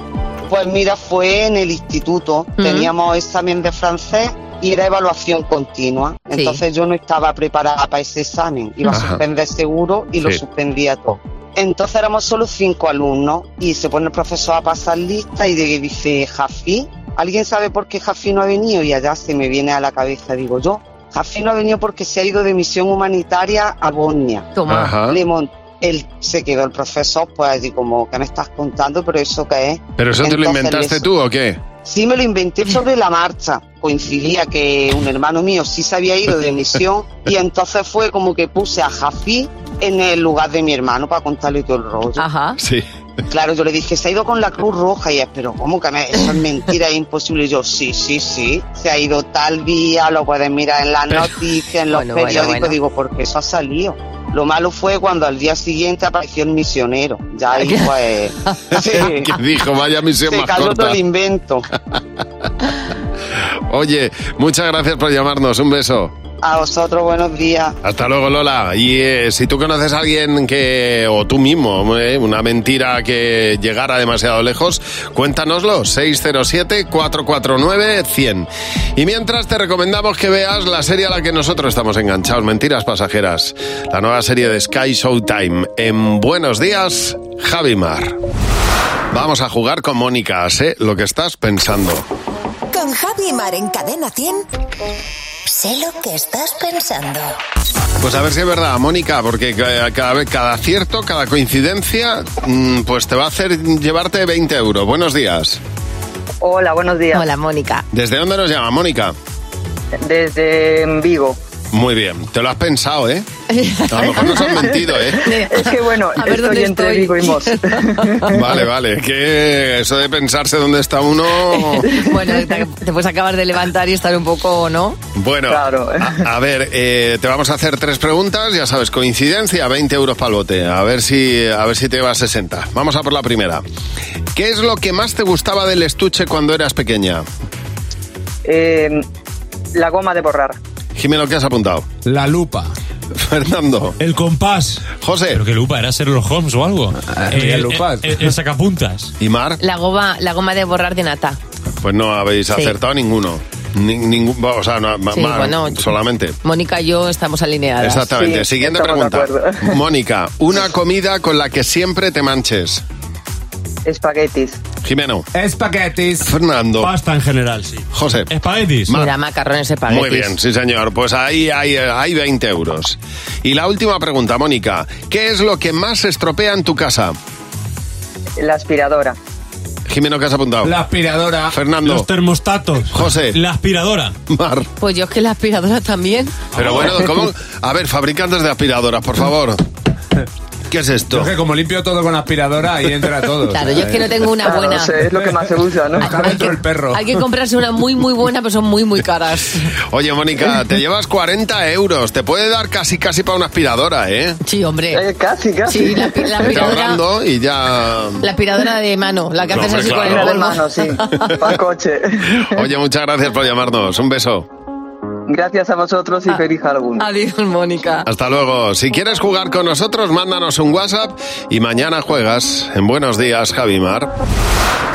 Pues mira, fue en el instituto. Teníamos examen de francés y era evaluación continua.
Sí.
Entonces yo no estaba preparada para ese examen. Iba
Ajá.
a suspender seguro y lo
Sí.
suspendía todo. Entonces éramos solo cinco alumnos y se pone el profesor a pasar lista y de- dice, Jafi, ¿alguien sabe por qué Jafi no ha venido? Y allá se me viene a la cabeza, digo yo. Jafi no ha venido porque se ha ido de misión humanitaria a Bosnia.
Toma. Ajá.
Le mon- él se quedó el profesor, pues así como, ¿qué me estás contando? ¿Pero eso qué es?
¿Pero eso te lo
Entonces,
inventaste
eso-
tú o qué?
Sí, me lo inventé sobre la marcha. Coincidía que un hermano mío sí se había ido de misión y entonces fue como que puse a Jafí en el lugar de mi hermano para contarle todo el rollo.
Ajá.
Sí.
Claro, yo le dije, se ha ido con la Cruz Roja y es, pero ¿cómo que me- eso es mentira, es imposible? Y yo, sí, sí, sí, se ha ido tal día, lo puedes mirar en las
Pero-
noticias, en los
Bueno, bueno,
periódicos,
bueno.
digo, porque eso ha salido. Lo malo fue cuando al día siguiente apareció el misionero. Ya ahí pues... sí.
Que dijo, vaya misión
Se
más
cayó todo
corta.
el invento.
Oye, muchas gracias por llamarnos. Un beso.
A vosotros, buenos días.
Hasta luego, Lola. Y eh, si tú conoces a alguien que, o tú mismo, eh, una mentira que llegara demasiado lejos, cuéntanoslo. 607-449-100. Y mientras te recomendamos que veas la serie a la que nosotros estamos enganchados, Mentiras Pasajeras, la nueva serie de Sky Showtime. En Buenos Días, Javimar. Vamos a jugar con Mónica, sé lo que estás pensando.
Con Javi y Mar en Cadena 100. Sé lo que estás pensando.
Pues a ver si es verdad, Mónica, porque ca- cada vez, cada acierto, cada coincidencia, mm, pues te va a hacer llevarte 20 euros. Buenos días.
Hola, buenos días.
Hola, Mónica.
¿Desde dónde nos llama, Mónica?
Desde Vigo.
Muy bien, te lo has pensado, ¿eh? A lo mejor nos han mentido, ¿eh?
Es que bueno,
A ver
estoy
dónde
entre
estoy.
Vigo y Mos.
Vale, vale, que eso de pensarse dónde está uno...
bueno, te, te puedes acabar de levantar y estar un poco, ¿no?
Bueno, a, a ver, eh, te vamos a hacer tres preguntas, ya sabes, coincidencia, 20 euros para bote, a ver si, a ver si te vas 60. Vamos a por la primera. ¿Qué es lo que más te gustaba del estuche cuando eras pequeña?
Eh, la goma de borrar.
Jimeno, ¿qué has apuntado?
La lupa.
Fernando.
El compás.
José.
Pero que lupa, era Sherlock Holmes o algo. Eh,
mira,
el,
lupa.
el- el sacapuntas.
¿Y Mar?
La goma, la goma de borrar de nata.
Pues no habéis
Sí.
acertado ninguno. Ni- ningún, o sea, no, ma-
Sí,
Mar,
bueno,
solamente.
Mónica y yo estamos alineadas.
Exactamente. Siguiente pregunta. Mónica, una comida con la que siempre te manches.
Espaguetis.
Jimeno.
Espaguetis.
Fernando.
Pasta en general, sí.
José.
Espaguetis.
Mira, macarrones espaguetis.
Muy bien, sí señor. Pues ahí hay, hay 20 euros. Y la última pregunta, Mónica. ¿Qué es lo que más se estropea en tu casa?
La aspiradora.
Jimeno, ¿qué has apuntado?
La aspiradora.
Fernando.
Los termostatos.
José.
La aspiradora.
Mar.
Pues yo es que la aspiradora también. Ah,
Pero bueno, ¿cómo? A ver, fabricantes de aspiradoras, por favor. ¿Qué es esto?
Yo es que como limpio todo con aspiradora, ahí entra todo.
Claro, yo es que no tengo una Claro, buena. no sé,
es lo que más se usa, ¿no?
Está dentro el perro.
Hay que comprarse una muy, muy buena, pero son muy, muy caras.
Oye, Mónica, te llevas 40 euros. Te puede dar casi, casi para una aspiradora, ¿eh?
Sí, hombre.
casi, casi.
Sí, la, pi- la
Vete
aspiradora,
ahorrando y ya...
la aspiradora de mano, la que
No,
haces
hombre,
así con el
claro.
polvo.
coche.
Oye, muchas gracias por llamarnos. Un beso.
Gracias a vosotros y feliz Halloween.
Ah. Adiós, Mónica.
Hasta luego. Si quieres jugar con nosotros, mándanos un WhatsApp y mañana juegas. En buenos días, Javimar.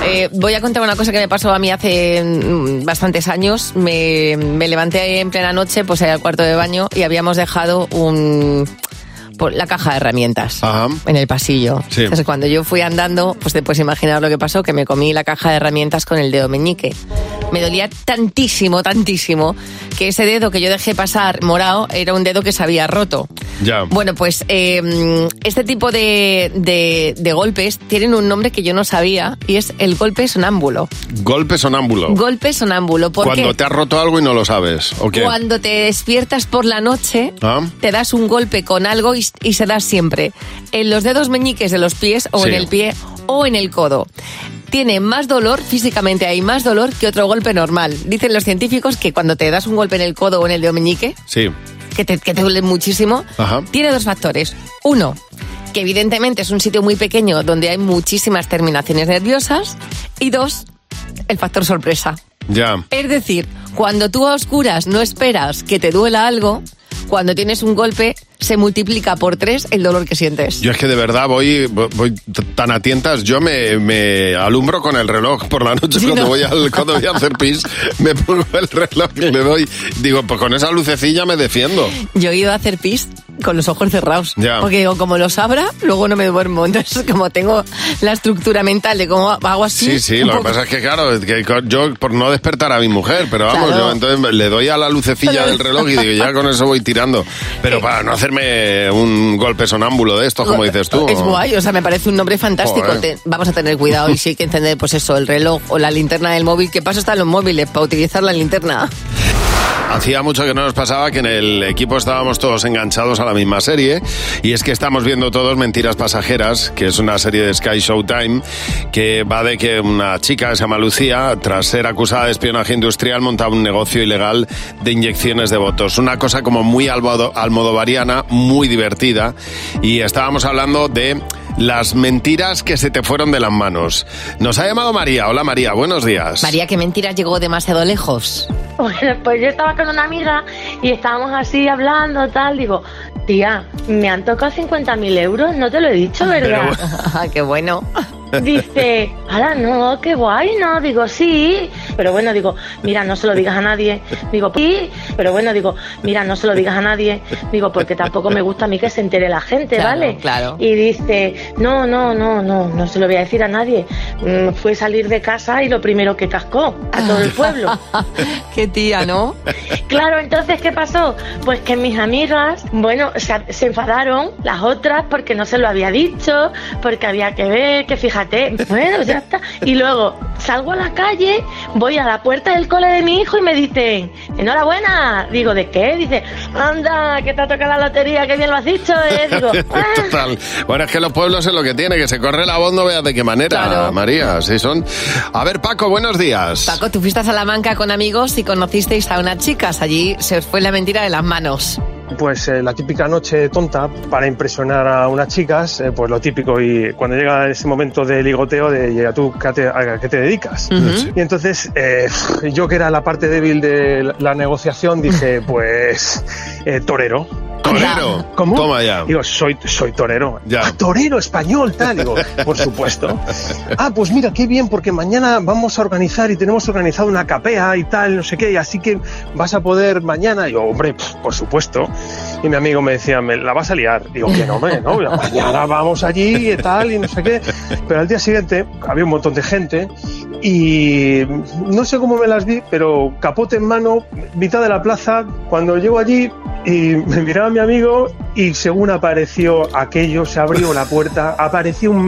Eh, voy a contar una cosa que me pasó a mí hace mm, bastantes años. Me, me levanté en plena noche, pues ahí al cuarto de baño y habíamos dejado un por la caja de herramientas
Ah.
en el pasillo.
Sí.
Entonces cuando yo fui andando, pues te puedes imaginar lo que pasó, que me comí la caja de herramientas con el dedo meñique. Me dolía tantísimo, tantísimo, que ese dedo que yo dejé pasar morado era un dedo que se había roto.
Ya.
Bueno, pues eh, este tipo de, de- de golpes tienen un nombre que yo no sabía y es el golpe sonámbulo.
Golpe sonámbulo.
Golpe sonámbulo, porque
Oh. Cuando te has roto algo y no lo sabes. ¿O qué?
cuando te despiertas por la noche,
Ah.
te das un golpe con algo y, y se da siempre en los dedos meñiques de los pies o
Sí.
en el pie o en el codo. Tiene más dolor, físicamente hay más dolor que otro golpe normal. Dicen los científicos que cuando te das un golpe en el codo o en el dedo meñique,
Sí.
que te, que te duele muchísimo,
Ajá.
tiene dos factores. Uno, que evidentemente es un sitio muy pequeño donde hay muchísimas terminaciones nerviosas. Y dos, el factor sorpresa.
Ya.
Es decir, cuando tú a oscuras no esperas que te duela algo, cuando tienes un golpe se multiplica por tres el dolor que sientes.
Yo es que de verdad voy, voy t- tan a tientas. Yo me, me alumbro con el reloj por la noche cuando,
no.
voy al- cuando voy a hacer pis. Me pongo el reloj y le doy. Digo, pues con esa lucecilla me defiendo.
Yo he ido a hacer pis con los ojos cerrados.
Ya.
Porque digo, como los abra, luego no me duermo. Entonces, como tengo la estructura mental de cómo hago así.
Sí, sí,
un
lo que
poco-
pasa es que, claro, es que co- yo por no despertar a mi mujer, pero vamos,
Claro.
yo entonces le doy a la lucecilla del reloj y digo, ya con eso voy tirando. Pero para no hacerme un golpe sonámbulo de estos, como dices tú.
Es guay, o sea, me parece un nombre fantástico.
Joder.
Te- vamos a tener cuidado y sí hay que encender, pues eso, el reloj o la linterna del móvil. ¿Qué pasa están los móviles para utilizar la linterna?
Hacía mucho que no nos pasaba que en el equipo estábamos todos enganchados a la misma serie y es que estamos viendo todos Mentiras Pasajeras, que es una serie de Sky Showtime que va de que una chica que se llama Lucía, tras ser acusada de espionaje industrial, montaba un negocio ilegal de inyecciones de votos. Una cosa como muy almodo- almodovariana, muy divertida y estábamos hablando de las mentiras que se te fueron de las manos. Nos ha llamado María. Hola María, buenos días.
María, qué mentira llegó demasiado lejos.
Bueno, pues yo estaba con una amiga y estábamos así hablando, tal. Digo, tía, me han tocado 50.000 euros, no te lo he dicho, ¿verdad?
Ah, qué bueno.
Dice, ahora no, qué guay, ¿no? Digo, sí. Pero bueno, digo, mira, no se lo digas a nadie. Digo, sí. Pero bueno, digo, mira, no se lo digas a nadie. Digo, porque tampoco me gusta a mí que se entere la gente,
Claro,
¿vale?
claro.
Y dice, no, no, no, no, no se lo voy a decir a nadie. Mm, fue salir de casa y lo primero que cascó a todo el pueblo.
Qué tía, ¿no?
Claro, entonces, ¿qué pasó? Pues que mis amigas, bueno, se, se enfadaron las otras porque no se lo había dicho, porque había que ver, que fíjate, bueno, ya está. Y luego Salgo a la calle, voy a la puerta del cole de mi hijo y me dicen, enhorabuena. Digo, ¿de qué? Dice, anda, que te ha tocado la lotería, que bien lo has dicho, ¿eh? Digo,
Total. Bueno, es que los pueblos es lo que tiene, que se corre la voz, no veas de qué manera, María. Sí son. A ver, Paco, buenos días.
Paco, tú fuiste a Salamanca con amigos y conocisteis a unas chicas. Allí se os fue la mentira de las manos.
Pues eh, la típica noche tonta para impresionar a unas chicas, eh, pues lo típico. Y cuando llega ese momento de ligoteo, de llega tú, ¿qué te- ¿a qué te dedicas?
Ujú.
Y entonces eh, yo, que era la parte débil de la- la negociación, dije, pues eh, torero.
¿Torero?
¿Cómo?
Toma ya.
Digo, soy, soy torero.
Ya.
"Ah, torero español, tal. Digo, por supuesto. Ah, pues mira, qué bien, porque mañana vamos a organizar y tenemos organizado una capea y tal, no sé qué, así que vas a poder mañana. Y yo, hombre, pf, por supuesto. Y mi amigo me decía, me la vas a liar. Digo, que no, hombre, no, mañana vamos allí y tal, y no sé qué. Pero al día siguiente había un montón de gente y no sé cómo me las vi, pero capote en mano, mitad de la plaza, cuando llego allí y me miraba mi amigo y según apareció aquello, se abrió la puerta, apareció un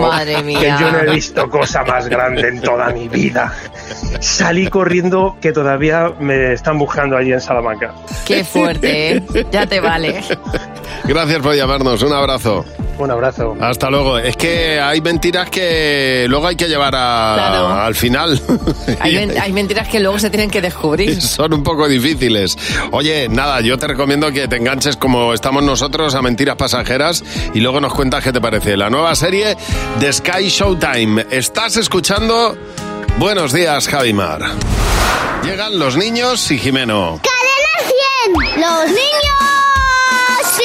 Madre mía.
que yo no he visto cosa más grande en toda mi vida. Salí corriendo que todavía me están buscando allí en Salamanca.
Qué fuerte, ¿eh? Ya te vale.
Gracias por llamarnos. Un abrazo.
Un abrazo.
Hasta luego. Es que hay mentiras que luego hay que llevar a-
Claro.
al final.
Hay,
Y-
men- hay mentiras que luego se tienen que descubrir.
Son un poco difíciles. Oye, nada, yo te recomiendo que te enganches como estamos nosotros a Mentiras Pasajeras y luego nos cuentas qué te parece. La nueva serie de Sky Showtime. Estás escuchando Buenos días, Javimar. Llegan los niños y Jimeno.
¡Cadena 100! ¡Los niños! ¡Sí,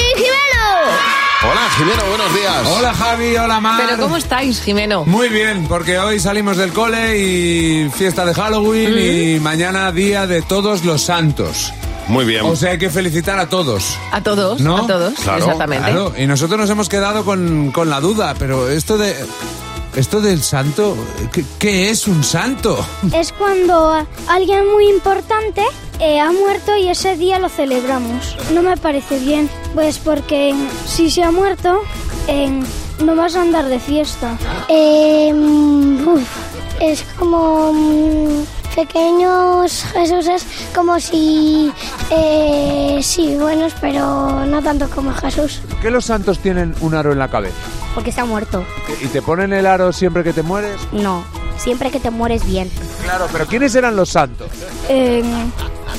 Hola, Jimeno, buenos días.
Hola, Javi, hola, Mar.
Pero ¿cómo estáis, Jimeno?
Muy bien, porque hoy salimos del cole y fiesta de Halloween y mañana día de todos los santos.
Muy bien.
O sea, hay que felicitar a todos.
A todos,
¿No?
a todos, exactamente.
claro. Y nosotros nos hemos quedado con, con la duda, pero esto de. Esto del santo. ¿qué, qué es un santo?
Es cuando alguien muy importante eh, ha muerto y ese día lo celebramos. No me parece bien, pues porque si se ha muerto, eh, no vas a andar de fiesta. Eh, es como mm, pequeños Jesús, es como si... eh, sí, buenos, pero no tanto como Jesús,
¿Por qué los santos tienen un aro en la cabeza?
porque se ha muerto.
¿Y te ponen el aro siempre que te mueres?
No, siempre que te mueres bien.
Claro, pero ¿quiénes eran los santos?
Eh,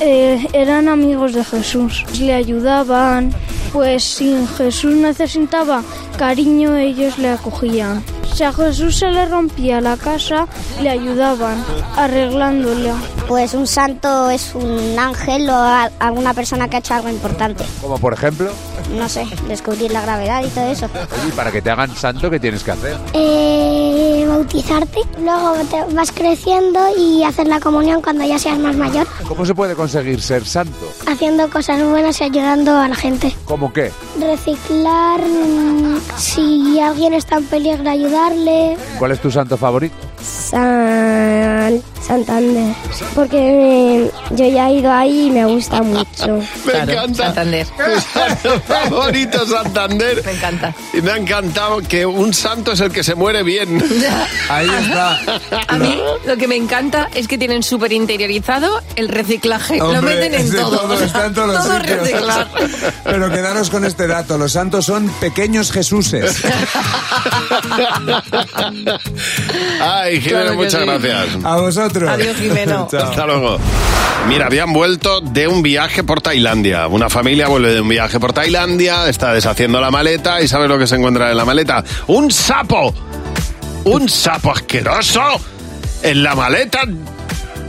eh, eran amigos de Jesús, le ayudaban, pues si Jesús necesitaba cariño ellos le acogían. Si a Jesús se le rompía la casa, le ayudaban arreglándola.
Pues un santo es un ángel o a- alguna persona que ha hecho algo importante.
Como por ejemplo,
No sé, descubrir la gravedad y todo eso.
oye, para que te hagan santo, ¿qué tienes que hacer?
Eh, bautizarte, luego te vas creciendo y hacer la comunión cuando ya seas más mayor,
¿Cómo se puede conseguir ser santo?
haciendo cosas buenas y ayudando a la gente.
¿Cómo qué?
Reciclar, mm, si alguien está en peligro, ayudarle.
¿Cuál es tu santo favorito?
San Santander, porque eh, yo ya he ido ahí y me gusta mucho.
Me encanta.
Santander.
Favorito Santander.
Me encanta.
Y me ha encantado que un santo es el que se muere bien.
Ahí está.
A mí lo que me encanta es que tienen súper interiorizado el reciclaje. lo
Hombre,
meten en
ese
todo.
todo está en todos los
Todo
sitios.
reciclar.
Pero quedaros con este dato, los santos son pequeños Jesuses.
Ay, Jimeno,
Claro que
muchas
sí.
gracias.
A vosotros. Adiós, Jimeno. Chao.
Hasta luego. Mira, habían vuelto de un viaje por Tailandia. Una familia vuelve de un viaje por Tailandia, está deshaciendo la maleta y ¿sabes lo que se encuentra en la maleta? ¡Un sapo! ¡Un sapo asqueroso! En la maleta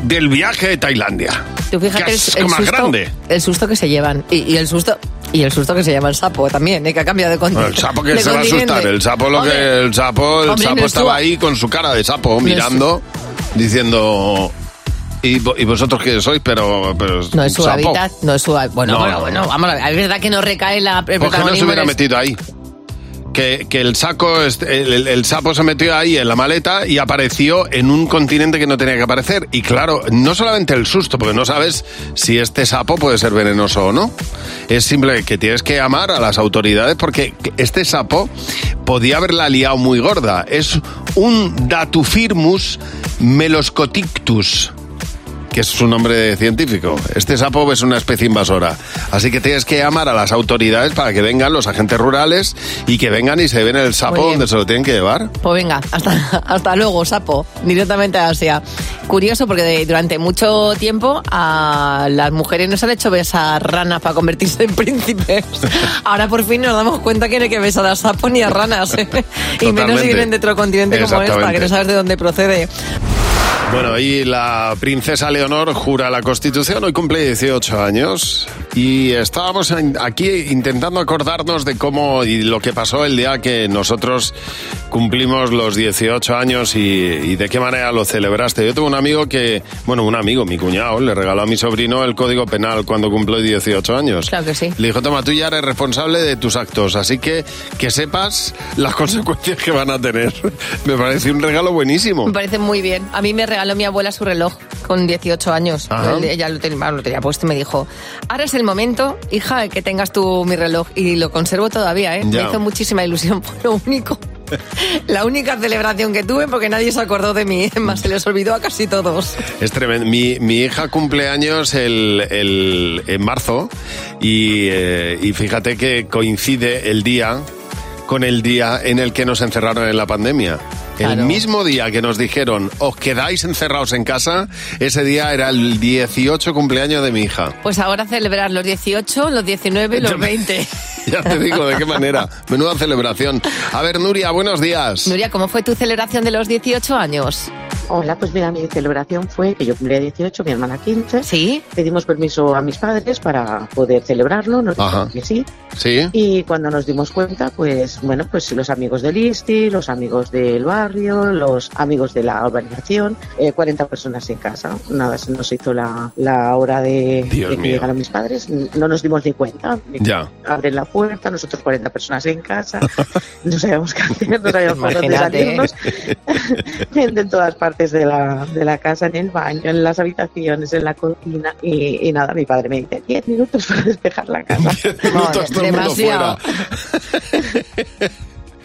del viaje de Tailandia.
Tú fíjate
¡Qué
el,
asco
el
más
susto,
grande!
el susto que se llevan. Y, y el susto y el susto que se lleva el sapo también, ¿eh? que ha cambiado de
Bueno,
continente.
el sapo que
de
se va a
continente.
asustar. El sapo lo
Hombre,
que el sapo, el
Hombre,
sapo
no estuvo-
estaba ahí con su cara de sapo
No
mirando, diciendo y, vo- y vosotros qué sois, pero, pero
No es su
sapo.
hábitat, no es su... hab- Bueno,
No,
bueno,
no,
bueno,
no.
vamos a ver. Es verdad que no recae la, el
¿Por qué no se
protagonismo
hubiera
en el-
metido ahí? Que, que el saco, este- el, el- el sapo se metió ahí en la maleta y apareció en un continente que no tenía que aparecer. Y claro, no solamente el susto, porque no sabes si este sapo puede ser venenoso o no. Es simple que tienes que amar a las autoridades porque este sapo podía haberla liado muy gorda. Es un Datufirmus meloscotictus, que es su nombre científico. Este sapo es una especie invasora. Así que tienes que llamar a las autoridades para que vengan los agentes rurales y que vengan y se ven el sapo
Muy bien.
donde se lo tienen que llevar.
Pues venga, hasta, hasta luego, sapo, directamente a Asia. Curioso porque de- durante mucho tiempo a las mujeres nos han hecho besar ranas para convertirse en príncipes. Ahora por fin nos damos cuenta que no hay que besar a sapos ni a ranas. ¿eh? Y menos si
Totalmente.
vienen de otro continente como esta, que
Exactamente.
no sabes de dónde procede.
Bueno, y la princesa Leonor jura la Constitución, hoy cumple 18 años y estábamos en- aquí intentando acordarnos de cómo y lo que pasó el día que nosotros cumplimos los 18 años y, y de qué manera lo celebraste. Yo tuve un amigo que, bueno, un amigo, mi cuñado, le regaló a mi sobrino el Código Penal cuando cumplió 18 años.
Claro que sí.
Le dijo, toma, tú ya eres responsable de tus actos, así que que sepas las consecuencias que van a tener. Me parece un regalo buenísimo.
Me parece muy bien. A mí me regaló mi abuela su reloj con 18 años.
Ajá.
Él- Ella lo tenía, bueno, lo tenía puesto y me dijo, ahora es el momento, hija, de que tengas tú mi reloj. Y lo conservo todavía, ¿eh?
Ya.
Me hizo muchísima ilusión por lo único. La única celebración que tuve porque nadie se acordó de mí, es más se les olvidó a casi todos.
Es tremendo. Mi, mi hija cumple años el, el- en marzo y, eh, y fíjate que coincide el día con el día en el que nos encerraron en la pandemia. El mismo día que nos dijeron, os quedáis encerrados en casa, ese día era el 18 cumpleaños de mi hija.
Pues ahora celebrar los 18, los 19 y los 20.
Ya te digo de qué manera. Menuda celebración. A ver, Nuria, buenos días.
Nuria, ¿cómo fue tu celebración de los 18 años?
Hola, pues mira, mi celebración fue que yo cumplía 18, mi hermana 15.
Sí.
Pedimos permiso a mis padres para poder celebrarlo, nos dijeron que sí.
Sí.
Y cuando nos dimos cuenta, pues bueno, pues los amigos del ISTI, los amigos del barrio, los amigos de la organización, eh, 40 personas en casa. Nada, se nos hizo la, la hora de,
Dios
de que
mío.
llegaron mis padres, no nos dimos ni cuenta.
Ya.
Abren la puerta, nosotros 40 personas en casa, no sabíamos qué hacer, no sabíamos por dónde
Imagínate.
salirnos. Gente en todas partes de la, de la casa, en el baño, en las habitaciones, en la cocina. Y, y nada, mi padre me dice 10 minutos para despejar la casa.
minutos, todo el mundo Demasiado.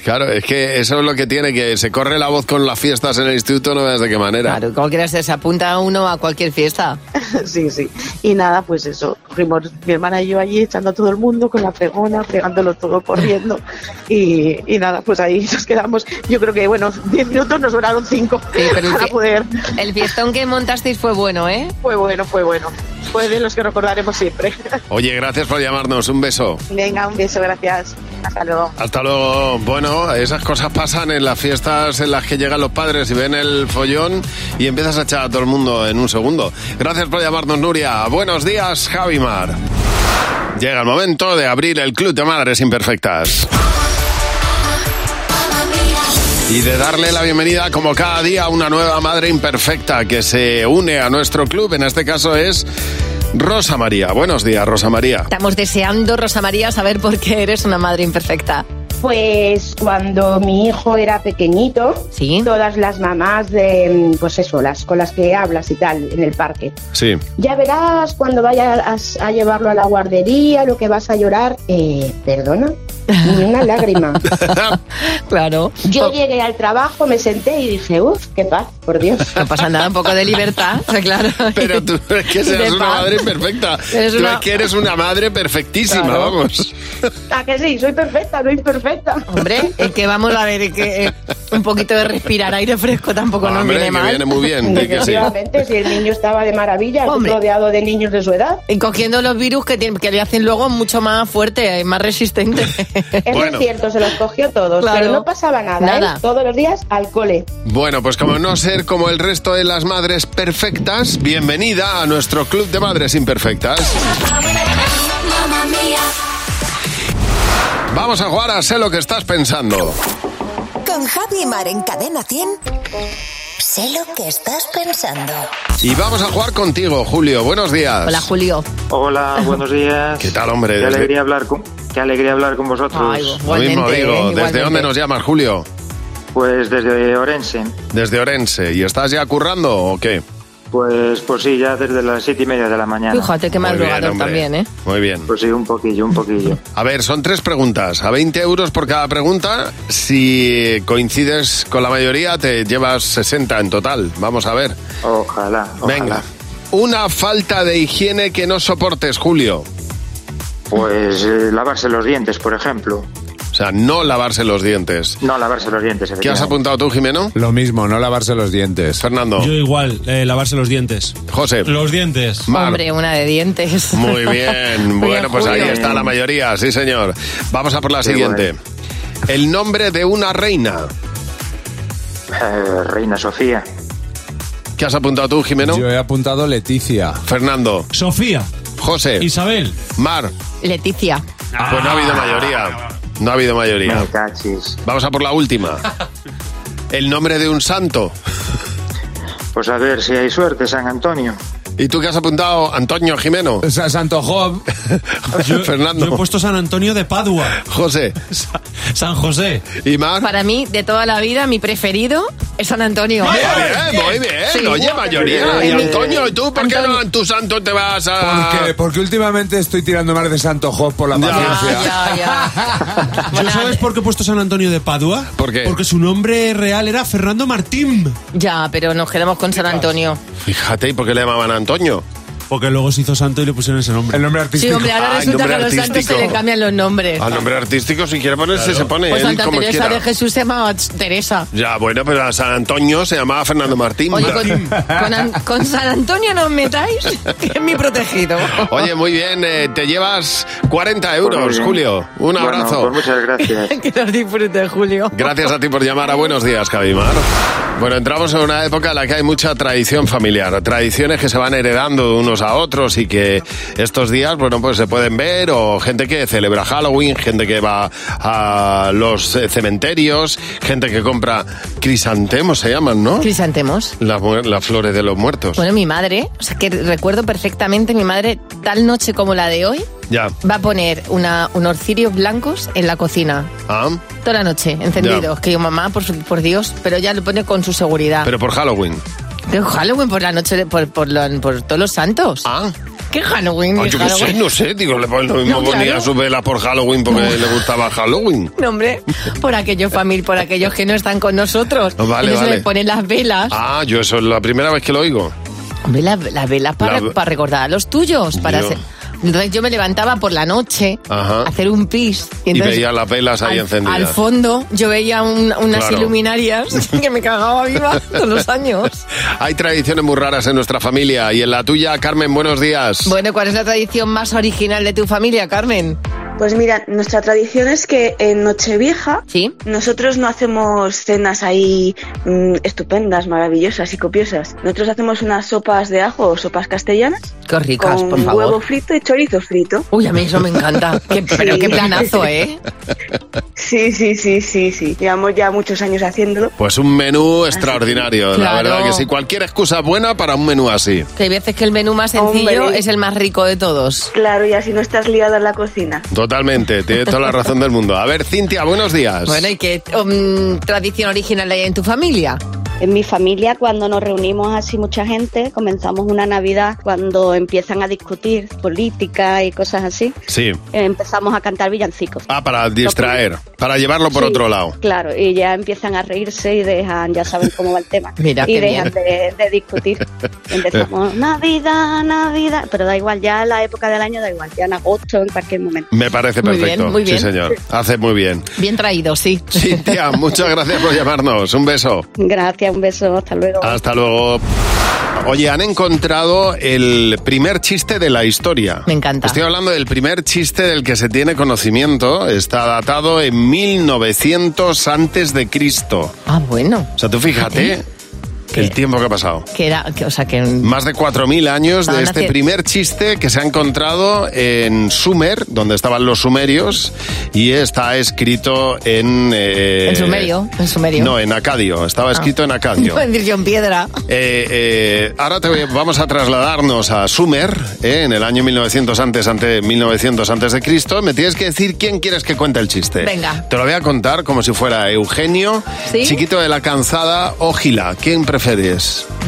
Claro, es que eso es lo que tiene, que se corre la voz con las fiestas en el instituto, no veas de qué manera.
Claro, como quieras, se apunta uno a cualquier fiesta.
sí, sí. Y nada, pues eso, fuimos mi hermana y yo allí echando a todo el mundo con la fregona, fregándolo todo, corriendo. Y, y nada, pues ahí nos quedamos. Yo creo que, bueno, 10 minutos nos duraron 5
el
para
que-
poder.
El fiestón que montasteis fue bueno, ¿eh?
Fue bueno, fue bueno. Fue de los que recordaremos siempre.
Oye, gracias por llamarnos. Un beso.
Venga, un beso, gracias. Hasta luego.
Hasta luego. Bueno, esas cosas pasan en las fiestas en las que llegan los padres y ven el follón y empiezas a echar a todo el mundo en un segundo. Gracias por llamarnos, Nuria. Buenos días, Javimar. Llega el momento de abrir el Club de Madres Imperfectas. Y de darle la bienvenida, como cada día, a una nueva madre imperfecta que se une a nuestro club. En este caso es Rosa María. Buenos días, Rosa María.
Estamos deseando, Rosa María, saber por qué eres una madre imperfecta.
Pues cuando mi hijo era pequeñito, todas las mamás de, pues eso, las con las que hablas y tal en el parque.
Sí.
Ya verás cuando vayas a llevarlo a la guardería, lo que vas a llorar. Eh, perdona, ni una lágrima.
claro.
Yo llegué al trabajo, me senté y dije, uff, qué paz, por Dios.
No pasa nada, un poco de libertad, está claro.
Pero tú es que
De
seas una
paz.
madre imperfecta.
Eres
tú
una-
es que eres una madre perfectísima,
Claro.
vamos.
¿A Ah, que sí? Soy perfecta, no imperfecta.
Hombre, es que vamos a ver, es que eh, un poquito de respirar aire fresco tampoco nos
Ah, Hombre,
viene
que
mal.
viene muy bien, di que sí.
Efectivamente, si el niño estaba de maravilla, rodeado de niños de su edad.
Y cogiendo los virus que, tienen- que le hacen luego mucho más fuerte, eh, más resistente.
Eso
Bueno.
es cierto, se los cogió todos,
Claro.
pero no pasaba nada, ¿eh?
Nada.
Todos los días al cole.
Bueno, pues como no ser como el resto de las madres perfectas, bienvenida a nuestro club de madres imperfectas. Vamos a jugar a sé lo que estás pensando.
Con Javi Mar en Cadena 100. Sé lo que estás pensando.
Y vamos a jugar contigo, Julio. Buenos días.
Hola, Julio.
Hola, buenos días.
¿Qué tal, hombre?
Qué
Desde-
alegría hablar con, qué alegría hablar con vosotros.
Ay, ¿eh?
Lo mismo
¿eh?
digo. Pues, ¿Desde dónde nos llamas, Julio?
Pues desde Orense.
Desde Orense. ¿Y estás ya currando o qué?
Pues, pues sí, ya desde las siete y media de la mañana.
Fíjate qué
Muy bien,
madrugador
hombre.
también, ¿eh?
Muy bien.
Pues sí, un poquillo, un poquillo.
A ver, son tres preguntas. A 20 euros por cada pregunta. Si coincides con la mayoría, te llevas 60 en total. Vamos a ver.
Ojalá, ojalá.
Venga. Una falta de higiene que no soportes, Julio.
Pues eh, lavarse los dientes, por ejemplo.
O sea, no lavarse los dientes.
No lavarse los dientes,
¿Qué has
efectivamente.
apuntado tú, Jimeno?
Lo mismo, no lavarse los dientes.
Fernando.
Yo igual, eh, lavarse los dientes.
José.
Los dientes.
Hombre, una de dientes.
Muy bien. Bueno, pues ahí está la mayoría, sí, señor. Vamos a por la
Qué
siguiente. El nombre de una reina.
Eh, Reina Sofía.
¿Qué has apuntado tú, Jimeno?
Yo he apuntado Leticia.
Fernando.
Sofía.
José.
Isabel.
Mar.
Leticia.
Pues no ha habido mayoría. No ha habido mayoría. Vamos a por la última. El nombre de un santo.
Pues a ver si hay suerte, San Antonio.
¿Y tú qué has apuntado, Antonio Jimeno?
Santo Job.
Fernando.
Yo he puesto San Antonio de Padua.
José.
San José.
¿Y Mar?
Para mí, de toda la vida, mi preferido es San Antonio.
Muy bien, muy bien.
Sí.
Oye, mayoría. Y Antonio, ¿y tú por qué no en tu santo te vas a...?
Porque, porque últimamente estoy tirando más de Santo Job por la paciencia.
¿Yo sabes por qué he puesto San Antonio de Padua?
¿Por qué?
Porque su nombre real era Fernando Martín.
Ya, pero nos quedamos con San Antonio.
Fíjate, ¿y por qué le llamaban Antonio?
Porque luego se hizo santo y le pusieron ese nombre.
El nombre
Sí, hombre,
Ah,
ahora resulta que a los santos se le cambian los nombres.
Al nombre artístico, si quiere ponerse, se pone
Pues
él
Santa
como
Teresa
quiera.
de Jesús se llama Teresa.
Ya, bueno, pero a San Antonio se llamaba Fernando Martín.
Oye, pues- con, con An- con San Antonio no os metáis, que es mi protegido.
Oye, muy bien, eh, te llevas 40 euros,
Pues muy bien.
Julio. Un
Bueno,
abrazo.
pues muchas gracias.
que los disfrute, Julio.
Gracias a ti por llamar a Buenos Días, Cabimar. Bueno, entramos en una época en la que hay mucha tradición familiar, tradiciones que se van heredando de unos a otros y que estos días, bueno, pues se pueden ver, o gente que celebra Halloween, gente que va a los eh, cementerios, gente que compra crisantemos, se llaman, ¿no?
Crisantemos.
Las, mu- las flores de los muertos.
Bueno, mi madre, o sea, que recuerdo perfectamente, mi madre, tal noche como la de hoy,
Ya.
va a poner una, unos cirios blancos en la cocina.
Ah,
Toda la noche, encendidos. Que yo, mamá, por, su- por Dios, pero ya lo pone con su
Ah.
seguridad.
pero por Halloween.
¿Qué Halloween por la noche, de- por, por, lo- por todos los santos?
Ah.
¿Qué Halloween?
Ah,
ni
yo qué sé,
Halloween?
no sé, digo, le lo mismo
No,
ponía
claro.
su vela por Halloween porque le gustaba Halloween.
No, hombre, por aquellos familia, por aquellos que no están con nosotros.
No, vale,
Entonces
vale.
le ponen las velas.
Ah, yo eso es la primera vez que lo oigo.
Hombre, las las velas para,
La-
para recordar a los tuyos. Para
Yo.
hacer- Entonces yo me levantaba por la noche a
Ajá.
hacer un pis.
Y,
entonces
veía las velas ahí
al,
encendidas.
al fondo yo veía un- unas
Claro.
iluminarias que me cagaba viva todos los años.
Hay tradiciones muy raras en nuestra familia y en la tuya, Carmen, buenos días.
Bueno, ¿cuál es la tradición más original de tu familia, Carmen?
Pues mira, nuestra tradición es que en Nochevieja nosotros no hacemos cenas ahí mm, estupendas, maravillosas y copiosas. Nosotros hacemos unas sopas de ajo o sopas castellanas.
Qué ricas,
con
por favor.
huevo frito y chorizo frito.
Uy, a mí eso me encanta. Qué- pero qué planazo, ¿eh?
Sí, sí, sí, sí, sí. Llevamos ya muchos años haciéndolo.
Pues un menú extraordinario, la
Claro.
verdad que sí. Cualquier excusa es buena para un menú así.
Que hay veces que el menú más sencillo
Hombre.
es el más rico de todos.
Claro, y así no estás liada en la cocina.
Totalmente, tiene toda la razón del mundo. A ver, Cintia, buenos días.
Bueno, ¿y qué um, tradición original hay en tu familia?
En mi familia, cuando nos reunimos así mucha gente, comenzamos una Navidad cuando empiezan a discutir política y cosas así.
Sí.
eh, Empezamos a cantar villancicos.
Ah, para distraer, para llevarlo por
Sí,
otro lado.
Claro, y ya empiezan a reírse y dejan, ya saben cómo va el tema.
Mira,
y
qué
dejan de,
bien.
de discutir. Empezamos Navidad, Navidad, pero da igual, ya la época del año da igual, ya en agosto, en cualquier momento.
Me parece
Muy bien,
perfecto.
muy bien.
Sí, señor. Hace muy bien.
Bien traído, sí.
Cintia, muchas gracias por llamarnos. Un beso.
Gracias, un beso, hasta luego.
Hasta luego. Oye, han encontrado el primer chiste de la historia.
Me encanta.
Estoy hablando del primer chiste del que se tiene conocimiento. Está datado en 1900 antes de Cristo.
Ah, bueno.
O sea, tú fíjate el tiempo que ha pasado.
Que era, que- o sea, que...
Más de 4.000 años de
Estaban
este
haciendo-
primer chiste que se ha encontrado en Sumer, donde estaban los sumerios, y está escrito en... eh,
En sumerio, en sumerio.
No, en acadio. Estaba
Ah.
escrito en acadio.
Iba a decir yo en piedra.
Eh, eh, ahora te voy- vamos a trasladarnos a Sumer, eh, en el año 1900 antes, ante 1900 antes de Cristo. Me tienes que decir quién quieres que cuente el chiste.
Venga.
Te lo voy a contar como si fuera Eugenio,
¿Sí?
Chiquito de la Canzada o Gila. ¿Quién prefieres?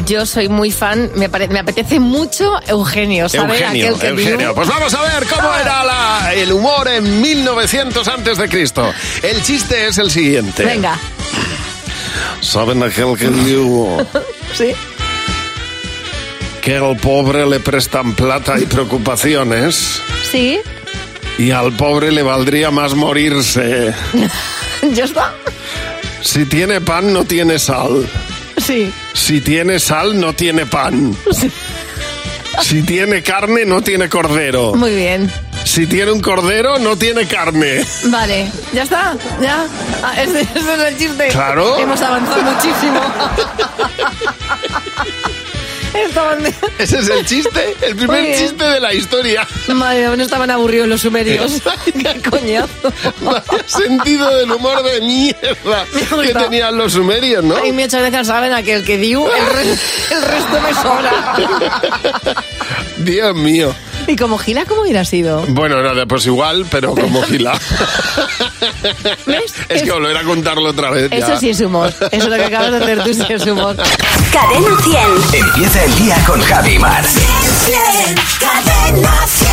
Yo soy muy fan, me, pare- me apetece mucho Eugenio, ¿sabes?
Eugenio,
Pues Aquel que Ah.
Eugenio.
vino.
Pues vamos a ver cómo era la- el humor en 1900 antes de Cristo. El chiste es el siguiente.
Venga.
¿Saben aquel que dijo
Sí.
que al pobre le prestan plata y preocupaciones
Sí.
y al pobre le valdría más morirse?
¿Ya está?
Si tiene pan no tiene sal.
Sí.
Si tiene sal no tiene pan. Si tiene carne no tiene cordero.
Muy bien.
Si tiene un cordero no tiene carne.
Vale. ¿Ya está? ¿Ya? Ah, ese, ese es el chiste.
Claro.
Hemos avanzado muchísimo. Estaban de-
Ese es el chiste, el
Muy
primer
bien.
chiste de la historia.
Madre mía, no estaban aburridos los sumerios. ¡Qué coñazo!
Sentido del humor de mierda que tenían los sumerios, ¿no?
Ay, me ha hecho gracia, ¿saben? Aquel que dio, el, re- el resto me sobra.
Dios mío.
Y como Gila, ¿cómo hubiera sido?
Bueno, nada, pues igual, pero como gila. Es que volver a contarlo otra vez. ya.
Eso sí es humor. Eso es lo que acabas de hacer tú sí es humor.
Cadena 100. Empieza el día con Javi Mar.
Cadena 100.